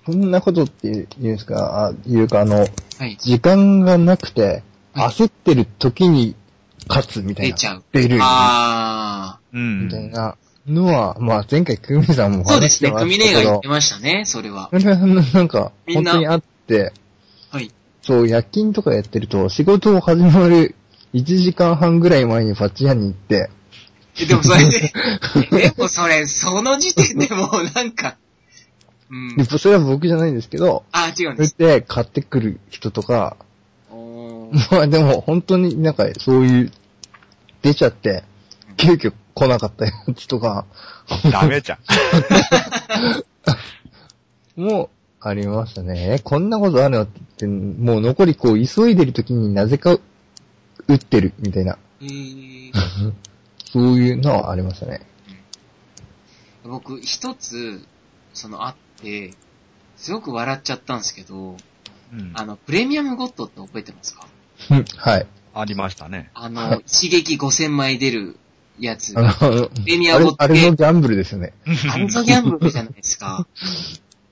[SPEAKER 2] そんなことって言うんですか、あ、いうか、あの、
[SPEAKER 1] はい。
[SPEAKER 2] 時間がなくて、
[SPEAKER 1] はい
[SPEAKER 2] 焦ってる時に勝つみたい
[SPEAKER 1] 出
[SPEAKER 2] な。
[SPEAKER 1] ちゃう。
[SPEAKER 2] 出る。
[SPEAKER 1] あ
[SPEAKER 3] う
[SPEAKER 2] み
[SPEAKER 3] ん
[SPEAKER 2] た。いなのは、まあ前回クミさんも
[SPEAKER 1] ー。そうですね。
[SPEAKER 2] 話
[SPEAKER 1] 組
[SPEAKER 2] し
[SPEAKER 1] 姉が
[SPEAKER 2] てましたけ
[SPEAKER 1] 言
[SPEAKER 2] ど
[SPEAKER 1] ってましたね、それは。
[SPEAKER 2] それはなんか、
[SPEAKER 1] みん
[SPEAKER 2] 本
[SPEAKER 1] な
[SPEAKER 2] 当にあって、
[SPEAKER 1] はい。
[SPEAKER 2] そう、夜勤とかやってると、仕事を始まる1時間半ぐらい前にパチ屋に行って、
[SPEAKER 1] えでも それで、でもそれ、その時点でもうなんか、うん
[SPEAKER 2] で。それは僕じゃないんですけど、
[SPEAKER 1] あ、違うん
[SPEAKER 2] そ
[SPEAKER 1] で
[SPEAKER 2] れっ
[SPEAKER 1] す。
[SPEAKER 2] て買ってくる人とか、
[SPEAKER 1] おー
[SPEAKER 2] まあでも本当になんかそういう、出ちゃって、急遽来なかったやつとか、
[SPEAKER 3] ダメじゃん。
[SPEAKER 2] もうありましたね。えこんなことあるのって、もう残りこう急いでる時になぜか打ってるみたいな、
[SPEAKER 1] えー
[SPEAKER 2] そういうのはありましたね。
[SPEAKER 1] 僕、一つ、その、あって、すごく笑っちゃったんですけど、
[SPEAKER 3] うん
[SPEAKER 1] あの、プレミアムゴッドって覚えてますか
[SPEAKER 2] はい。
[SPEAKER 3] ありましたね。
[SPEAKER 1] あの、一撃5000枚出るやつ。
[SPEAKER 2] あ
[SPEAKER 1] あ
[SPEAKER 2] の、
[SPEAKER 1] レミア
[SPEAKER 2] あれ
[SPEAKER 1] ゴッ、ド
[SPEAKER 2] あれのギャンブルですよね。
[SPEAKER 1] ンゾギャンブルじゃないですか。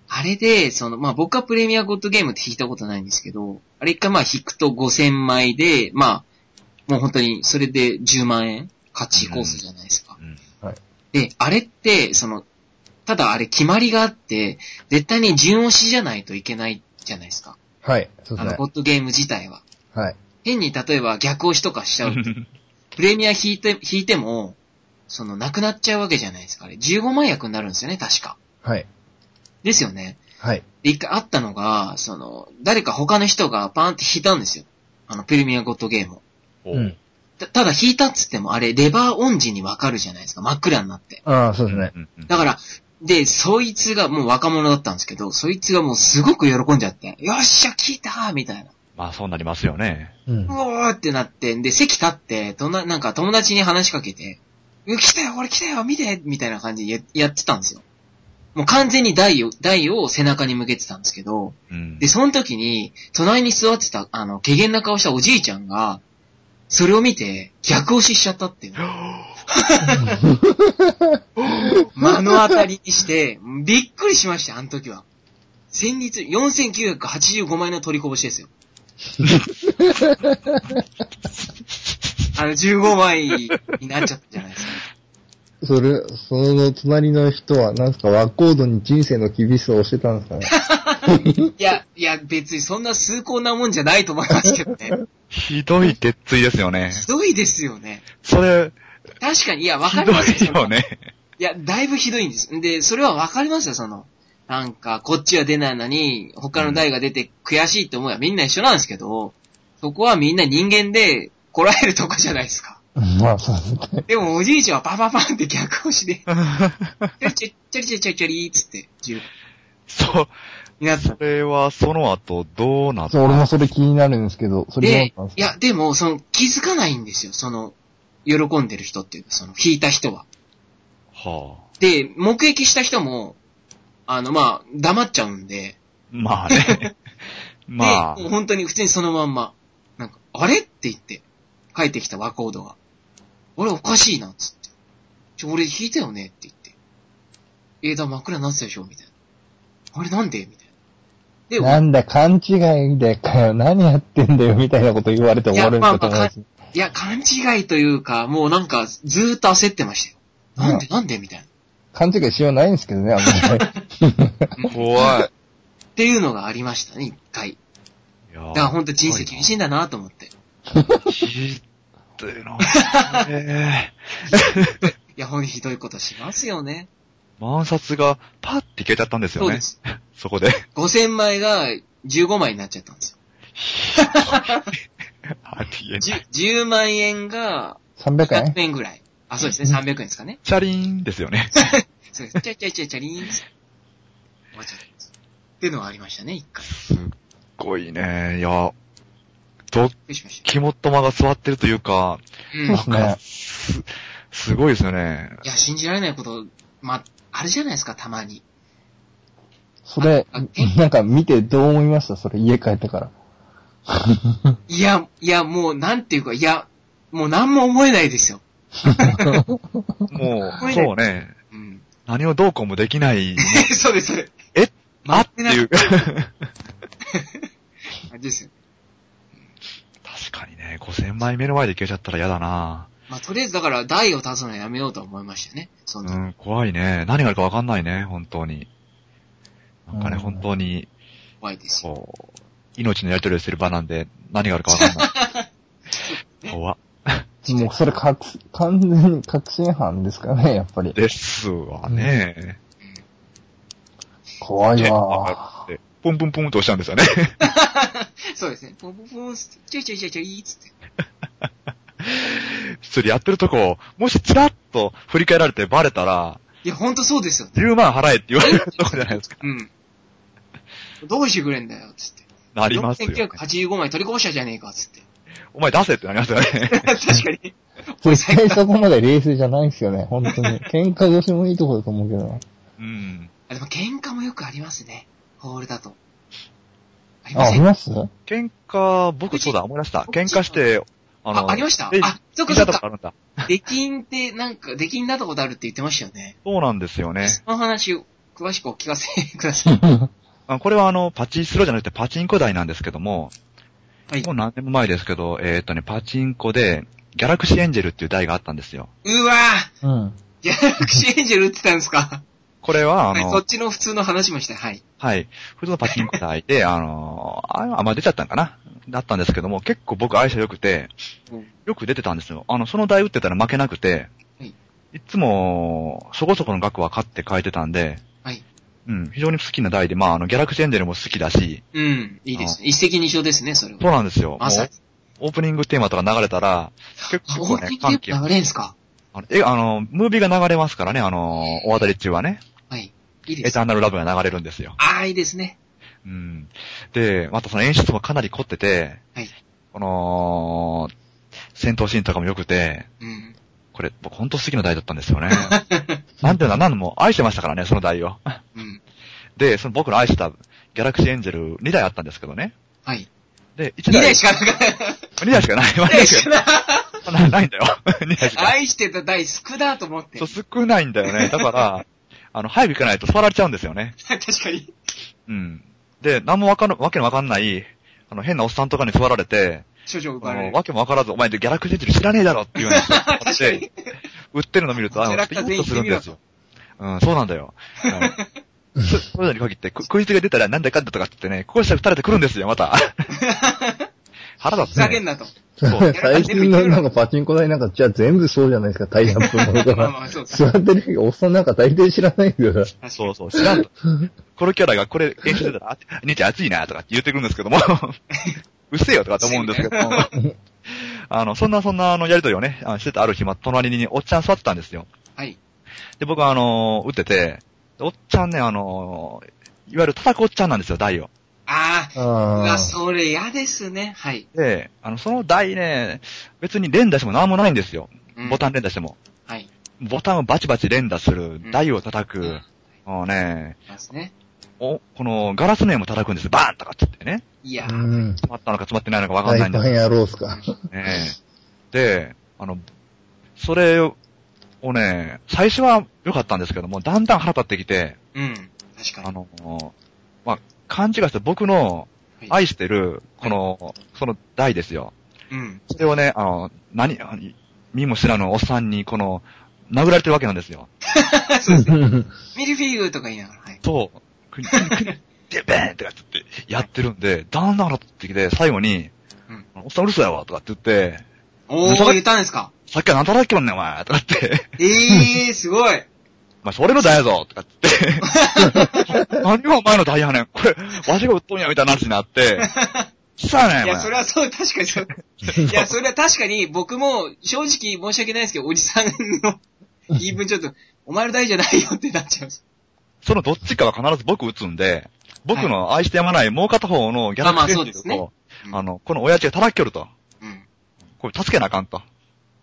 [SPEAKER 1] あれで、その、まあ、僕はプレミアゴッドゲームって弾いたことないんですけど、あれ一回まあ引くと5000枚で、まあ、もう本当にそれで10万円勝ちコースじゃないですか。
[SPEAKER 3] うん
[SPEAKER 1] で、あれって、その、ただあれ決まりがあって、絶対に順押しじゃないといけないじゃないですか。
[SPEAKER 2] はい。そうで
[SPEAKER 1] あ
[SPEAKER 2] す
[SPEAKER 1] の、
[SPEAKER 2] ね
[SPEAKER 1] ゴ。ッドゲーム自体は。
[SPEAKER 2] はい。
[SPEAKER 1] 変に例えば逆押しとかしちゃうと、プレミア引いて、引いても、その、なくなっちゃうわけじゃないですか。あれ、15万役になるんですよね、確か。
[SPEAKER 2] はい。
[SPEAKER 1] ですよね。
[SPEAKER 2] はい。
[SPEAKER 1] で、一回あったのが、その、誰か他の人がパーンって引いたんですよ。あの、プレミアゴッドゲームを。
[SPEAKER 3] お
[SPEAKER 2] う
[SPEAKER 3] ー
[SPEAKER 2] ん
[SPEAKER 1] たただ引いたっつっても、あれ、レバーオン時にわかるじゃないですか。真っ暗になって。
[SPEAKER 2] ああ、そうですね。
[SPEAKER 3] うんうん
[SPEAKER 1] だから、で、そいつが、もう若者だったんですけど、そいつがもうすごく喜んじゃって、よっしゃ、聞いたーみたいな。
[SPEAKER 3] まあそうなりますよね。
[SPEAKER 2] う
[SPEAKER 1] う。
[SPEAKER 2] ん
[SPEAKER 1] おーってなって、で、席立って、とな、なんか友達に話しかけて、う来たよ、俺来たよ、見てみたいな感じでややってたんですよ。もう完全に台を、台を背中に向けてたんですけど、
[SPEAKER 3] うん
[SPEAKER 1] で、。その時に、隣に座ってた、あの、怪げな顔したおじいちゃんが、それを見て、逆押ししちゃった っていうの。目の当たりにして、びっくりしました、あの時は。先日、4985枚の取りこぼしです よ。あの、15枚になっちゃったじゃないですか。
[SPEAKER 2] それ、その隣の人は、なんすか、和コードに人生の厳しさをしてたんですかね。
[SPEAKER 1] いや、いや、別にそんな崇高なもんじゃないと思いますけどね。
[SPEAKER 3] ひどい鉄椎ですよね。
[SPEAKER 1] ひどいですよね。
[SPEAKER 3] それ、
[SPEAKER 1] 確かに、いや、わか
[SPEAKER 3] ひ
[SPEAKER 1] り
[SPEAKER 3] ど
[SPEAKER 1] ます
[SPEAKER 3] いよ。ね。
[SPEAKER 1] いや、だいぶひどいんです。んで、それはわかりますよ、その。なんか、こっちは出ないのに、他の代が出て悔しいって思いはみんな一緒なんですけど、そこはみんな人間で、こらえるとこじゃないですか。
[SPEAKER 2] まあ、そうですね。
[SPEAKER 1] でもおじいちゃんはパンパンパンって逆押しで、チャリチャリチャリチャリチャリーっつって、十
[SPEAKER 3] そう、
[SPEAKER 1] になった
[SPEAKER 3] それはその後どうなっ
[SPEAKER 2] そう、俺もそれ気になるんですけど、それ
[SPEAKER 1] で
[SPEAKER 2] どうなったんで、す
[SPEAKER 1] いや、でも、その、気づかないんですよ、その、喜んでる人っていうか、その、弾いた人は。
[SPEAKER 3] はあ、
[SPEAKER 1] で、目撃した人も、あの、まあ、黙っちゃうんで、
[SPEAKER 3] まあ ね。まあ
[SPEAKER 1] で、もう本当に普通にそのまんま、なんか、あれって言って、帰ってきたワコードが、あれおかしいな、つって。ちょ、俺弾いたよねって言って。枝真っ暗になってたでしょみたいな。あれなんでみたいな。
[SPEAKER 2] な
[SPEAKER 1] で、
[SPEAKER 2] んだ、勘違いだよ、 何やってんだよ、みたいなこと言われて終わるんだと思います。
[SPEAKER 1] いや、勘違いというか、もうなんか、ずーっと焦ってましたよ。なんで、なんでみたいな。
[SPEAKER 2] 勘違いしようないんですけどね、あんまり。
[SPEAKER 3] 怖い。
[SPEAKER 1] っていうのがありましたね、一回。
[SPEAKER 3] いや
[SPEAKER 1] だから本当人生厳しいんだなと思って。い
[SPEAKER 3] ひどいな。え
[SPEAKER 1] や、ほんとひどいことしますよね。
[SPEAKER 3] ー、万札がパッて消えちゃったんです
[SPEAKER 1] そ
[SPEAKER 3] よ
[SPEAKER 1] う
[SPEAKER 3] ね
[SPEAKER 1] で。す。
[SPEAKER 3] そこで。
[SPEAKER 1] 5000枚が15枚になっちゃったんですよ。
[SPEAKER 3] ありえない。チ
[SPEAKER 1] じゅ 10, 万円が
[SPEAKER 2] 300
[SPEAKER 1] 100
[SPEAKER 2] 円
[SPEAKER 1] 円ぐらい。あ、そうですね、300円ですかね。
[SPEAKER 3] ャリーンですよね。
[SPEAKER 1] そうです。チャチャチャチャリーンです。終わっちゃったんです。っていうのがありましたね、一回。
[SPEAKER 3] すっごいね。いや、どっ
[SPEAKER 1] びっくりしました。
[SPEAKER 3] 肝っ玉が座ってるというか、
[SPEAKER 1] うん。い
[SPEAKER 2] そうですね。
[SPEAKER 3] す、すごいですよね。
[SPEAKER 1] や、信じられないこと、ま、あるじゃないですか、たまに。
[SPEAKER 2] それ、なんか見てどう思いましたそれ家帰ってから。
[SPEAKER 1] いや、いや、もう、なんていうか、いや、もう何も思えないですよ。
[SPEAKER 3] も
[SPEAKER 1] こ
[SPEAKER 3] う、
[SPEAKER 1] れで
[SPEAKER 3] そうね。
[SPEAKER 1] うん。
[SPEAKER 3] 何をどうこうもできない。
[SPEAKER 1] そうです、それ。
[SPEAKER 3] えあ
[SPEAKER 1] 待
[SPEAKER 3] っ
[SPEAKER 1] っててない
[SPEAKER 3] いう。確
[SPEAKER 1] 感じですよ。
[SPEAKER 3] かにね、5000枚目の前で消えちゃったら嫌だな
[SPEAKER 1] まあ、とりあえずだから、台を立つのはやめようとは思いましたね。その、
[SPEAKER 3] うん、怖いね。何があるかわかんないね、本当に。なんかね、
[SPEAKER 2] うん
[SPEAKER 3] 本当に、
[SPEAKER 1] 怖いですよ。
[SPEAKER 3] こう、命のやり取りをしてる場なんで、何があるかわか んない。怖っ
[SPEAKER 2] もうそれ確、完全に確信犯ですからね、やっぱり。
[SPEAKER 3] ですわね。
[SPEAKER 2] 怖い
[SPEAKER 3] で
[SPEAKER 2] わ
[SPEAKER 3] あってポンポンポンと押しちゃうんですよね。
[SPEAKER 1] そうですね。ポンポンポン、ちょいちょいちょいちょい、つって。
[SPEAKER 3] それやってるとこ、もしチラッと振り返られてバレたら、
[SPEAKER 1] いや、ほんとそうですよね。
[SPEAKER 3] 10万払えって言われるとこじゃないで すか。
[SPEAKER 1] うん。 どうしてくれんだよ、つって。
[SPEAKER 3] なりますよ、ね。
[SPEAKER 1] 4985枚取りこぼしたじゃねえか、つっ て。
[SPEAKER 3] お前出せってなりますよね。
[SPEAKER 1] 確かに。
[SPEAKER 2] ー。絶対そこまで冷静じゃないんですよね、本当に。喧嘩腰もいいとこだと思うけど。
[SPEAKER 3] うん。
[SPEAKER 1] あでも、喧嘩もよくありますね。ホールだと。ありま
[SPEAKER 2] あ、あ
[SPEAKER 1] せ
[SPEAKER 2] り
[SPEAKER 1] ん
[SPEAKER 2] ます
[SPEAKER 3] 喧嘩、僕そうだ、思い出した。喧嘩して、あ
[SPEAKER 1] あ、ありました
[SPEAKER 3] え
[SPEAKER 1] あ、そっか
[SPEAKER 3] 見
[SPEAKER 1] そった
[SPEAKER 3] とこ
[SPEAKER 1] か。
[SPEAKER 3] あるんだ。
[SPEAKER 1] 出禁って、なんか、出禁になったことあるって言ってましたよね。
[SPEAKER 3] そうなんですよね。
[SPEAKER 1] その話を詳しくお聞かせください。
[SPEAKER 3] あこれはあの、パチンスローじゃなくてパチンコ台なんですけども、
[SPEAKER 1] はい
[SPEAKER 3] もう何年も前ですけど、えーっ、とね、パチンコで、ギャラクシーエンジェルっていう台があったんですよ。
[SPEAKER 1] うわぁ
[SPEAKER 2] うん。
[SPEAKER 1] ギャラクシーエンジェル打ってたんですか
[SPEAKER 3] これは、あ
[SPEAKER 1] はい、
[SPEAKER 3] の、
[SPEAKER 1] そっちの普通の話もした。はい。
[SPEAKER 3] はい。普通のパチンコ台 で、あの、あ、あまあ、出ちゃったんかなだったんですけども、結構僕愛車良くて
[SPEAKER 1] うん、
[SPEAKER 3] よく出てたんですよ。あの、その台打ってたら負けなくて
[SPEAKER 1] はい、
[SPEAKER 3] いつも、そこそこの額は勝って変えてたんで、
[SPEAKER 1] はい
[SPEAKER 3] うん、非常に好きな台で、まあ、あの、ギャラクシーエンジェルも好きだし、
[SPEAKER 1] うん。いいですね。一石二鳥ですね、それ
[SPEAKER 3] そ
[SPEAKER 1] は。
[SPEAKER 3] うなんですよ。
[SPEAKER 1] まさ
[SPEAKER 3] もうオープニングテーマとか流れたら、結
[SPEAKER 1] あ、オ
[SPEAKER 3] 構
[SPEAKER 1] ー
[SPEAKER 3] ね
[SPEAKER 1] プニ、ング
[SPEAKER 3] 歓
[SPEAKER 1] テ
[SPEAKER 3] 喜
[SPEAKER 1] ープ流れんすか
[SPEAKER 3] あのえ、あの、ムービーが流れますからね、あの、お渡り中はね、
[SPEAKER 1] はい。いいで
[SPEAKER 3] エ
[SPEAKER 1] す。
[SPEAKER 3] タ
[SPEAKER 1] あ
[SPEAKER 3] ーナルラブが流れるんですよ。
[SPEAKER 1] あー、いいですね。
[SPEAKER 3] うん。で、またその演出もかなり凝ってて、
[SPEAKER 1] はい
[SPEAKER 3] この、戦闘シーンとかも良くて、
[SPEAKER 1] うん。
[SPEAKER 3] これ、僕ほんと好きな台だったんですよ ね。なんていうの、何度も愛してましたからね、その台を。
[SPEAKER 1] うん。
[SPEAKER 3] で、その僕の愛したギャラクシーエンジェル2台あったんですけどね。
[SPEAKER 1] はい。
[SPEAKER 3] で、1
[SPEAKER 1] 2
[SPEAKER 3] 台。
[SPEAKER 1] 台しかなかった。
[SPEAKER 3] 2台しかない。2
[SPEAKER 1] 2台しかな
[SPEAKER 3] ない。ないんだよ。2台しかない。
[SPEAKER 1] 愛してた台少だと思って。
[SPEAKER 3] そう、少ないんだよね。だから、あの、早く行かないと触られちゃうんですよね。
[SPEAKER 1] 確かに。
[SPEAKER 3] うん。で、何もわかる、わけのわかんない、あの、変なおっさんとかに座られて、
[SPEAKER 1] 少々奪
[SPEAKER 3] あ
[SPEAKER 1] われ
[SPEAKER 3] の
[SPEAKER 1] る。
[SPEAKER 3] わけもわからず、お前でギャラクシージェル知らねえだろっていうような人が
[SPEAKER 1] 確か に。
[SPEAKER 3] 売ってるの見ると、あ
[SPEAKER 1] キャラ
[SPEAKER 3] の、
[SPEAKER 1] ク
[SPEAKER 3] ピ
[SPEAKER 1] タ
[SPEAKER 3] リ
[SPEAKER 1] ー全
[SPEAKER 3] ッ
[SPEAKER 1] 員
[SPEAKER 3] とするんですよ。うん、そうなんだよ。うんそそ れぞれに限って、くクイズが出たらなんだかんだとかって言ってね、こうしたら打たれてくるんですよ、また。腹
[SPEAKER 1] ふ
[SPEAKER 3] 立つ
[SPEAKER 1] ざけん
[SPEAKER 3] ね。
[SPEAKER 1] なと。
[SPEAKER 3] そう
[SPEAKER 2] 最近のなんかパチンコ台なんか、じゃあ全部そうじゃないですか、大半のものか
[SPEAKER 1] まあま
[SPEAKER 2] ら。
[SPEAKER 1] あ、そうです
[SPEAKER 2] 座ってるおっさんなんか大抵知らないです よ。
[SPEAKER 3] そうそう、知らんと。このキャラがこれ演出だな、あ姉ちゃん暑いなとかって言ってくるんですけども、 うっせえよとかって思うんですけども、あの、そんなそんなあのやりとりをね、あのしてたある日、まあ隣におっちゃん座ってたんですよ。
[SPEAKER 1] はい。
[SPEAKER 3] で、僕はあの打ってて、おっちゃんね、あのいわゆる叩くおっちゃんなんですよ、台を。
[SPEAKER 1] ああ、う
[SPEAKER 2] あ
[SPEAKER 1] わ、
[SPEAKER 2] あ。
[SPEAKER 1] それ嫌ですね。はい。
[SPEAKER 3] で、あの、その台ね、別に連打しても何もないんですよ。
[SPEAKER 1] うん
[SPEAKER 3] ボタン連打しても。
[SPEAKER 1] はい。
[SPEAKER 3] ボタンをバチバチ連打する、台を叩く、
[SPEAKER 1] うん
[SPEAKER 3] もうね、
[SPEAKER 1] ますね。
[SPEAKER 3] お、このガラスの絵も叩くんです。バーンとかっつってね。
[SPEAKER 1] いや
[SPEAKER 2] う、ん。
[SPEAKER 3] 詰まったのか詰まってないのかわかん
[SPEAKER 2] 大
[SPEAKER 3] ないんです
[SPEAKER 2] 半やろうっすか。
[SPEAKER 3] けどね。で、あの、それをね、最初は良かったんですけども、だんだん腹立ってきて、
[SPEAKER 1] うん。確か
[SPEAKER 3] あ
[SPEAKER 1] に。
[SPEAKER 3] の、まあ、勘違いして僕の
[SPEAKER 1] はい
[SPEAKER 3] 愛してる、この、その台ですよ。
[SPEAKER 1] うん。
[SPEAKER 3] それをね、あの、何、あの見も知らぬおっさんに、この、殴られてるわけなんですよ。
[SPEAKER 1] そうですね。ミルフィーユとか言いながら、はい。
[SPEAKER 3] そう。くに、くに、で、ベーンとかって言って、やってるんで、だんだん腹立ってきて、最後に、
[SPEAKER 1] うん
[SPEAKER 3] おっさんうるさいわ、とかって言って、
[SPEAKER 1] おー、言ったんですか
[SPEAKER 3] さっきは何となっけもんねん、お前、とかって、
[SPEAKER 1] ええー、すごい。
[SPEAKER 3] お前、それの代やぞ、とかって言 って、何がお前の代やねん、これ、わしが売っとんや、みたいな話に なって、さあねん、お前。
[SPEAKER 1] いや、それはそう、確かにそう。いや、それは確かに、僕も、正直申し訳ないですけど、おじさんの言い分ちょっと、お前の代じゃないよってなっちゃうんです。
[SPEAKER 3] そのどっちかは必ず僕打つんで、僕の愛してやまないもう片方のギャラ
[SPEAKER 1] まあまあ
[SPEAKER 3] クシ
[SPEAKER 1] そ
[SPEAKER 3] ー
[SPEAKER 1] う
[SPEAKER 3] と
[SPEAKER 1] ですねうん
[SPEAKER 3] あの、この親父が叩きよると。
[SPEAKER 1] うん。
[SPEAKER 3] これ助けなあかんと。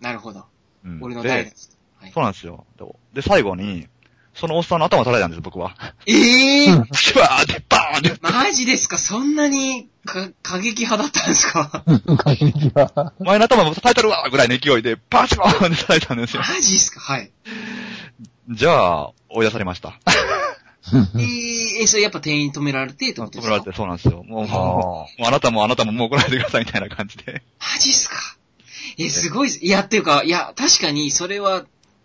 [SPEAKER 1] なるほど。
[SPEAKER 3] うん
[SPEAKER 1] 俺の代
[SPEAKER 3] で
[SPEAKER 1] で、す。はい
[SPEAKER 3] そうなんですよ。でで、最後に、そのおっさんの頭を叩いたんです、僕は。
[SPEAKER 1] ええー、
[SPEAKER 3] シュワーって、バーンって。
[SPEAKER 1] マジですかそんなに、か、過激派だったんですか
[SPEAKER 2] 過激は。
[SPEAKER 3] お前の頭も叩いたるわぐらいの勢いで、パチバーンって叩いたんですよ
[SPEAKER 1] マ。ジっすかはい。
[SPEAKER 3] じゃあ、追い出されました。
[SPEAKER 1] えー、えそれやっぱ店員止められてってことで
[SPEAKER 3] 止
[SPEAKER 1] す
[SPEAKER 3] め
[SPEAKER 1] から
[SPEAKER 3] れて、そうなんですよ。もう、もう
[SPEAKER 2] あ
[SPEAKER 3] もうあなたもあなたももう来ないでくださいみたいな感じで。
[SPEAKER 1] マジっすかえ、すごいっす。いや、っていうか、いや、確かにそれは、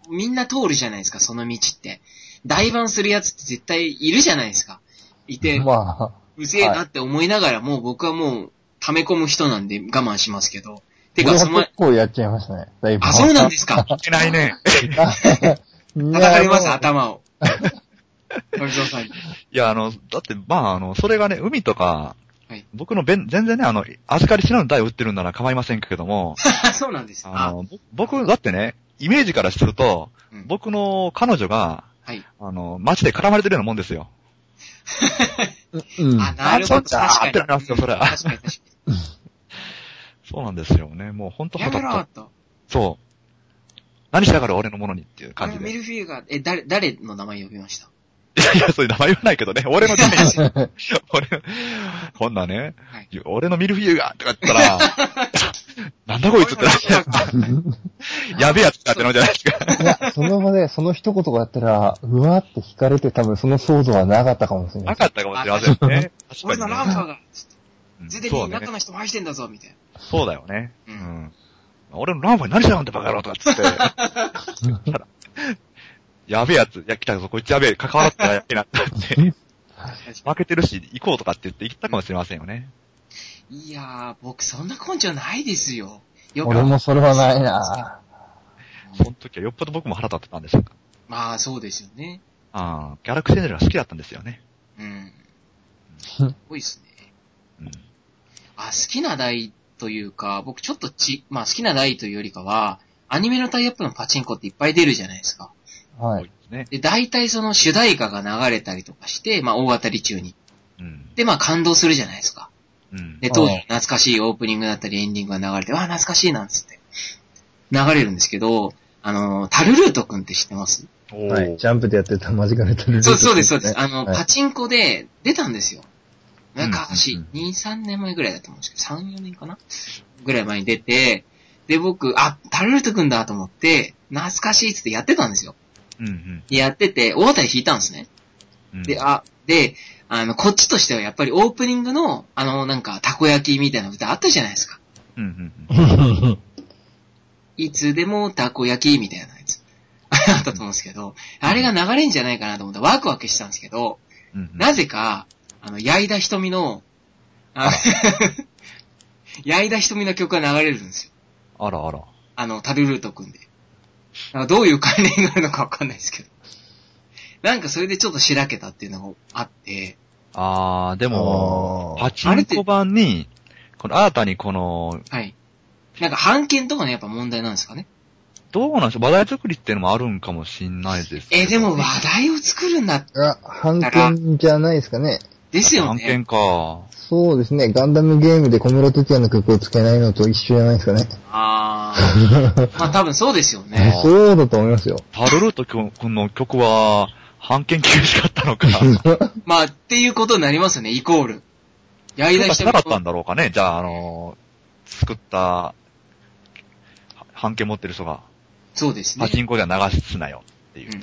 [SPEAKER 1] みんな通るじゃないですか、その道って。台番するやつって絶対いるじゃないですか。いて、
[SPEAKER 2] ま
[SPEAKER 1] うぜえなって思いながら、もう僕はもう、溜め込む人なんで我慢しますけ ど。て
[SPEAKER 2] あ、これ
[SPEAKER 1] か、
[SPEAKER 2] は
[SPEAKER 1] その
[SPEAKER 2] 結、構やっちゃいましたね。だいぶ。
[SPEAKER 1] あ、そうなんですか
[SPEAKER 3] いけないね。
[SPEAKER 2] 叩
[SPEAKER 1] 叩かれます、頭を。のりぞうさんに。
[SPEAKER 3] いや、あの、だって、まあ、あの、それがね、海とか、
[SPEAKER 1] はい
[SPEAKER 3] 僕のべん、全然ね、あの、預かり知らぬ台を打ってるんなら構いませんけど も、
[SPEAKER 1] あ、そうなんです。
[SPEAKER 3] あ
[SPEAKER 1] あ、
[SPEAKER 3] の、ぼ僕、だってね、イメージからすると、
[SPEAKER 1] うん
[SPEAKER 3] 僕の彼女が、
[SPEAKER 1] はい。
[SPEAKER 3] あの、街で絡まれてるようなもんですよ。
[SPEAKER 2] うん。
[SPEAKER 1] あ、なるほど。確か
[SPEAKER 3] あちょっとあーってなりま
[SPEAKER 1] に。
[SPEAKER 3] すよそれは
[SPEAKER 1] 確かに、確か
[SPEAKER 3] そうなんですよね。もうほんと
[SPEAKER 1] に。や
[SPEAKER 3] 腹
[SPEAKER 1] め
[SPEAKER 3] 立っ
[SPEAKER 1] ろ
[SPEAKER 3] た。
[SPEAKER 1] と。
[SPEAKER 3] そう。何しやがる俺のものにっていう感じで。
[SPEAKER 1] ミ
[SPEAKER 3] い
[SPEAKER 1] ルフィーユが、え、誰、誰の名前呼びました
[SPEAKER 3] や いや、そういう名前言わないけどね。俺のた めに、俺の、こんなね、
[SPEAKER 1] はい
[SPEAKER 3] 俺のミルフィーユが、とか言ったら、 なんだこいつってなっちゃう、 やべえやつだってなるじゃないですか。
[SPEAKER 2] いや、その場で、その一言があったら、うわーって惹かれて多分その想像はなかったかもしれな。
[SPEAKER 3] ないかったかもしれませんね。
[SPEAKER 1] 俺
[SPEAKER 3] 確
[SPEAKER 1] の
[SPEAKER 3] か
[SPEAKER 1] ラン
[SPEAKER 3] にね
[SPEAKER 1] サーが、
[SPEAKER 3] うん。
[SPEAKER 1] すで
[SPEAKER 3] そ
[SPEAKER 1] に
[SPEAKER 3] うね
[SPEAKER 1] 中の人も愛してんだぞ、みたいな。
[SPEAKER 3] そうだよね。う
[SPEAKER 1] うん
[SPEAKER 3] ん。俺のランファに何しやがんだバカ野郎とかっつって。 やべえやつ、いや、来たぞ、こいつやべえ、関わらってやべえなってな って。負けてるし、行こうとかって言って行ったかもしれませんよね。
[SPEAKER 1] いやー、僕そんな根性ないですよ。よ
[SPEAKER 2] 俺もそれはないな
[SPEAKER 3] その時はよっぽど僕も腹立ってたんでしょうか。
[SPEAKER 1] まあ、そうですよね。
[SPEAKER 3] ああ、ギャラクシーエンジェルが好きだったんですよね。
[SPEAKER 1] うん。
[SPEAKER 2] うん
[SPEAKER 1] すごいですね。
[SPEAKER 3] うん。
[SPEAKER 1] あ、好きな台というか、僕ちょっとち、まあ好きな台というよりかは、アニメのタイアップのパチンコっていっぱい出るじゃないですか。
[SPEAKER 3] 多
[SPEAKER 2] はいい。
[SPEAKER 3] ですね。
[SPEAKER 1] で、大体その主題歌が流れたりとかして、まあ大当たり中に。
[SPEAKER 3] うん。
[SPEAKER 1] で、まあ感動するじゃないですか。
[SPEAKER 3] うん。
[SPEAKER 1] で、
[SPEAKER 2] うん
[SPEAKER 1] 当時懐かしいオープニングだったりエンディングが流れて、わあ、懐かしいなんつって。流れるんですけど、あのー、タルルートくんって知ってます
[SPEAKER 3] お
[SPEAKER 2] はい。
[SPEAKER 3] ー
[SPEAKER 2] ジャンプでやってたマジカルタルルート
[SPEAKER 1] そうそうです、そうです。あの、
[SPEAKER 2] はい
[SPEAKER 1] パチンコで出たんですよ。
[SPEAKER 3] うん
[SPEAKER 1] 昔、
[SPEAKER 3] うん
[SPEAKER 1] 2、3年前ぐらいだと思うんですけど、3、4年かなぐらい前に出て、で、僕、あ、タルルートくんだと思って、懐かしいっつってやってたんですよ。
[SPEAKER 3] うんうん。
[SPEAKER 1] やってて、大当たり引いたんですね。
[SPEAKER 3] うん
[SPEAKER 1] で、、あ、で、あの、こっちとしてはやっぱりオープニングの、あの、なんか、たこ焼きみたいな歌あったじゃないですか。
[SPEAKER 3] うんうん
[SPEAKER 1] いつでもたこ焼きみたいなやつ。あったと思うんですけど、あれが流れんじゃないかなと思ってワクワクしてたんですけど、
[SPEAKER 3] うん。う ん
[SPEAKER 1] なぜか、あの、矢井田瞳の、あ矢井田瞳の曲が流れるんですよ。
[SPEAKER 3] あらあら。
[SPEAKER 1] あの、タルルート君で。なんかどういう関連があるのかわかんないですけど。なんかそれでちょっとしらけたっていうのがあって、
[SPEAKER 3] あー、でも、
[SPEAKER 2] あー
[SPEAKER 3] パチンコ版に、この新たにこの、
[SPEAKER 1] はい。なんか判権とかね、やっぱ問題なんですかね。
[SPEAKER 3] どうなんでしょう、話題作りっていうのもあるんかもしんないですけど。
[SPEAKER 1] え、でも話題を作るん だ。
[SPEAKER 2] あ、判権じゃないですかね。
[SPEAKER 1] ですよ
[SPEAKER 3] 案
[SPEAKER 1] ね。
[SPEAKER 3] 件か。
[SPEAKER 2] そうですね。ガンダムゲームで小室哲也の曲をつけないのと一緒じゃないですかね。
[SPEAKER 1] あー。まあ多分そうですよね。
[SPEAKER 2] そうだと思いますよ。
[SPEAKER 3] タルルート君の曲は、判件厳しかっ たのか。
[SPEAKER 1] まあ、っていうことになりますよね、イコール。やり
[SPEAKER 3] 評
[SPEAKER 1] だ
[SPEAKER 3] 価
[SPEAKER 1] し
[SPEAKER 3] したなかったんだろうかね。じゃあ、あのー作った、判件持ってる人が、
[SPEAKER 1] そうですね
[SPEAKER 3] パ。チンコでは流すなよっていう。
[SPEAKER 1] うん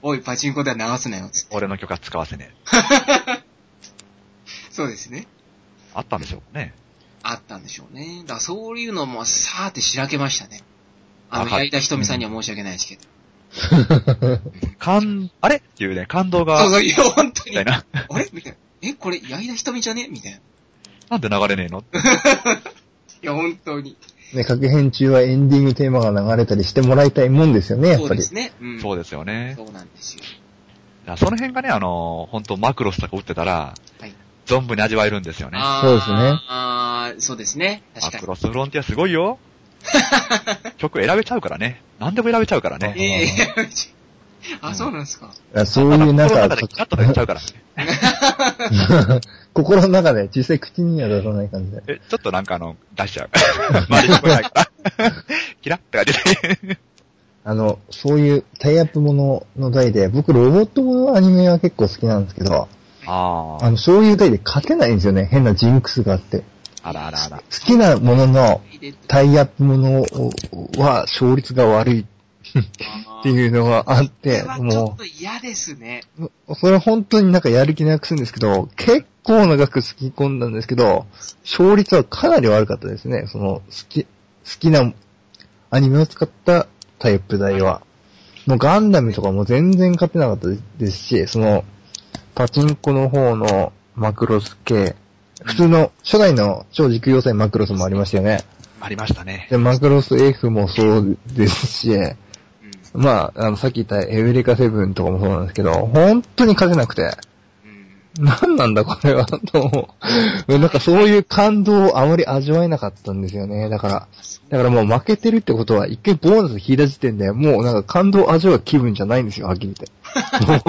[SPEAKER 1] おい、パチンコでは流すなよ、つって。
[SPEAKER 3] 俺の曲は使わせねえ。
[SPEAKER 1] そうですね。
[SPEAKER 3] あったんでしょうかね。
[SPEAKER 1] あったんでしょうね。だからそういうのもさーってしらけましたね。あの、
[SPEAKER 3] わかる
[SPEAKER 1] やりだひとみさんには申し訳ないですけど。
[SPEAKER 3] 感、あれっていうね、感動
[SPEAKER 1] そう
[SPEAKER 3] が、
[SPEAKER 1] そう、いや、本当
[SPEAKER 3] み
[SPEAKER 1] に。
[SPEAKER 3] たい
[SPEAKER 1] あ
[SPEAKER 3] な。
[SPEAKER 1] れみたいな。え、これ、やりだひとみじゃねみたいな。い
[SPEAKER 3] なんで流れねえの
[SPEAKER 1] や、本当に。
[SPEAKER 2] ね、各編中はエンディングテーマが流れたりしてもらいたいもんですよね、や
[SPEAKER 1] そ
[SPEAKER 2] っ
[SPEAKER 1] う
[SPEAKER 2] ぱ
[SPEAKER 1] で
[SPEAKER 2] り。
[SPEAKER 1] すね。うん。
[SPEAKER 3] そうですよね。
[SPEAKER 1] そうなんですよ。
[SPEAKER 3] だからその辺がね、あのー、本当マクロスとか打ってたら、
[SPEAKER 1] はい
[SPEAKER 3] 存分に味わえるんですよね。
[SPEAKER 1] あー
[SPEAKER 2] そうですね
[SPEAKER 1] あーそうですね。
[SPEAKER 3] マ
[SPEAKER 1] 確か
[SPEAKER 3] クロスフロンティアすご いよ。曲選べちゃうからね。何でも選べちゃうから
[SPEAKER 1] に。
[SPEAKER 3] ね。
[SPEAKER 1] ええ あ、そうなんですか。
[SPEAKER 2] あそういうなん
[SPEAKER 3] 心の
[SPEAKER 2] か
[SPEAKER 3] 中、でキャッと言っちゃう からね。
[SPEAKER 2] 心の中で実際口には出さない感じで。
[SPEAKER 3] え、ちょっとなんかあの、出しちゃう。 周り聞こえないから。 キラッて出て。
[SPEAKER 2] あの、そういうタイアップものの題で、僕ロボットものアニメは結構好きなんですけど、
[SPEAKER 3] あ
[SPEAKER 2] あの、そういう題で勝てないんですよね。変なジンクスがあって。
[SPEAKER 3] あ。あらあらあら。
[SPEAKER 2] 好きなものの
[SPEAKER 1] 入れて
[SPEAKER 2] タイアップものは勝率が悪いっていうのがあっ
[SPEAKER 1] これ
[SPEAKER 2] て、
[SPEAKER 1] はちょっ
[SPEAKER 2] も
[SPEAKER 1] と嫌ですね。
[SPEAKER 2] う、それ本当になんかやる気なくするんですけど、結構長く好き込んだんですけど、勝率はかなり悪かったですね。その、好き、好きなアニメを使ったタイアップ代は。もうガンダムとかも全然勝てなかったですし、その、パチンコの方のマクロス系、普通の初代の超軸要塞マクロスもありましたよね。
[SPEAKER 3] ありましたね。
[SPEAKER 2] で、マクロス F もそうですし、
[SPEAKER 1] うん
[SPEAKER 2] まあ、あの、さっき言ったエウレカセブンとかもそうなんですけど、本当に勝てなくて、
[SPEAKER 1] うん
[SPEAKER 2] 何なんだこれは、 と思う。なんかそういう感動をあまり味わえなかったんですよね。だから、
[SPEAKER 1] あそう
[SPEAKER 2] だからもう負けてるってことは、一回ボーナス引いた時点で、もうなんか感動を味わう気分じゃないんですよ、はっきり言って。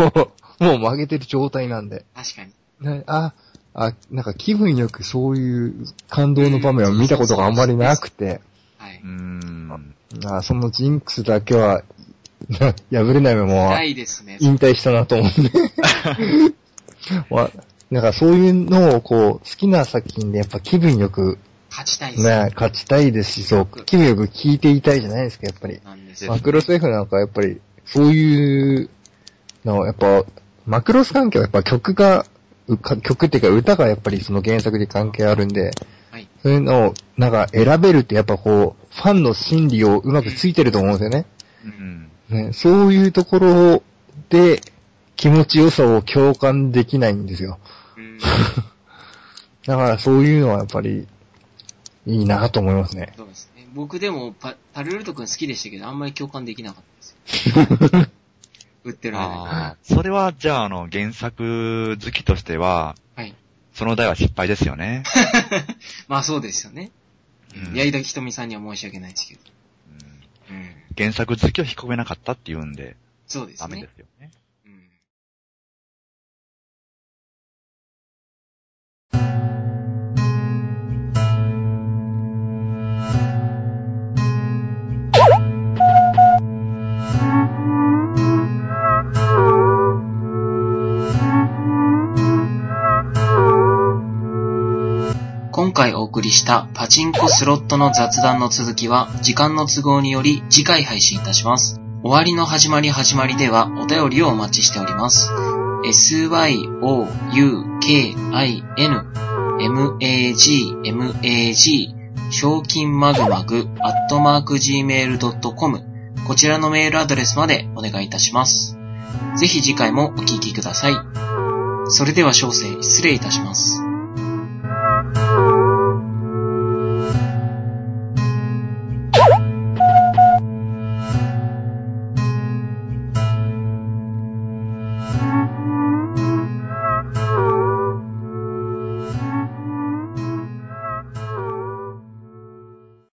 [SPEAKER 2] もう、もう負けてる状態なんで。
[SPEAKER 1] 確かに。
[SPEAKER 2] ねあ、あ、なんか気分よくそういう感動の場面を見たことがあんまりなくて、
[SPEAKER 1] はいう
[SPEAKER 3] ー。ん。
[SPEAKER 2] まあ、そのジンクスだけは、 な破れないまま
[SPEAKER 1] な、いですね。
[SPEAKER 2] 引退したなと思 うんで。わなんかそういうのをこう、好きな作品でやっぱ気分よく、
[SPEAKER 1] 勝ちたいですね。
[SPEAKER 2] ね、勝ちたいですし、そう、気分よく聞いていたいじゃないですか、やっぱり。
[SPEAKER 1] なんですよ。
[SPEAKER 2] マクロス F なんかやっぱり、そういうの、やっぱ、マクロス関係はやっぱ曲が、うか曲っていうか歌がやっぱりその原作で関係あるんで、
[SPEAKER 1] はい
[SPEAKER 2] そういうのをなんか選べるってやっぱこう、ファンの心理をうまくついてると思うんですよね。
[SPEAKER 3] うん。
[SPEAKER 2] ね、そういうところで気持ちよさを共感できないんですよ。
[SPEAKER 1] うん。
[SPEAKER 2] だからそういうのはやっぱりいいなと思いますね。
[SPEAKER 1] そうですね。僕でもパ、タルルト君好きでしたけど、あんまり共感できなかったですよ。 売ってる間
[SPEAKER 3] ああ。それは、じゃあ、あの、原作好きとしては、
[SPEAKER 1] はい。
[SPEAKER 3] その代は失敗ですよ ね。
[SPEAKER 1] まあそうですよね。
[SPEAKER 3] うん
[SPEAKER 1] 矢井田ひとみさんには申し訳ないですけど。
[SPEAKER 3] うん
[SPEAKER 1] うん。
[SPEAKER 3] 原作好きを引き込めなかったっていうんで、
[SPEAKER 1] そうです
[SPEAKER 3] ダメで
[SPEAKER 1] ね。
[SPEAKER 3] すよね。
[SPEAKER 1] うん。今回お送りしたパチンコスロットの雑談の続きは時間の都合により次回配信いたします。終わりの始まり始まりではお便りをお待ちしております。syoukin,mag,mag, 賞金マグマグ、アットマーク gmail.com こちらのメールアドレスまでお願いいたします。ぜひ次回もお聞きください。それでは小生失礼いたします。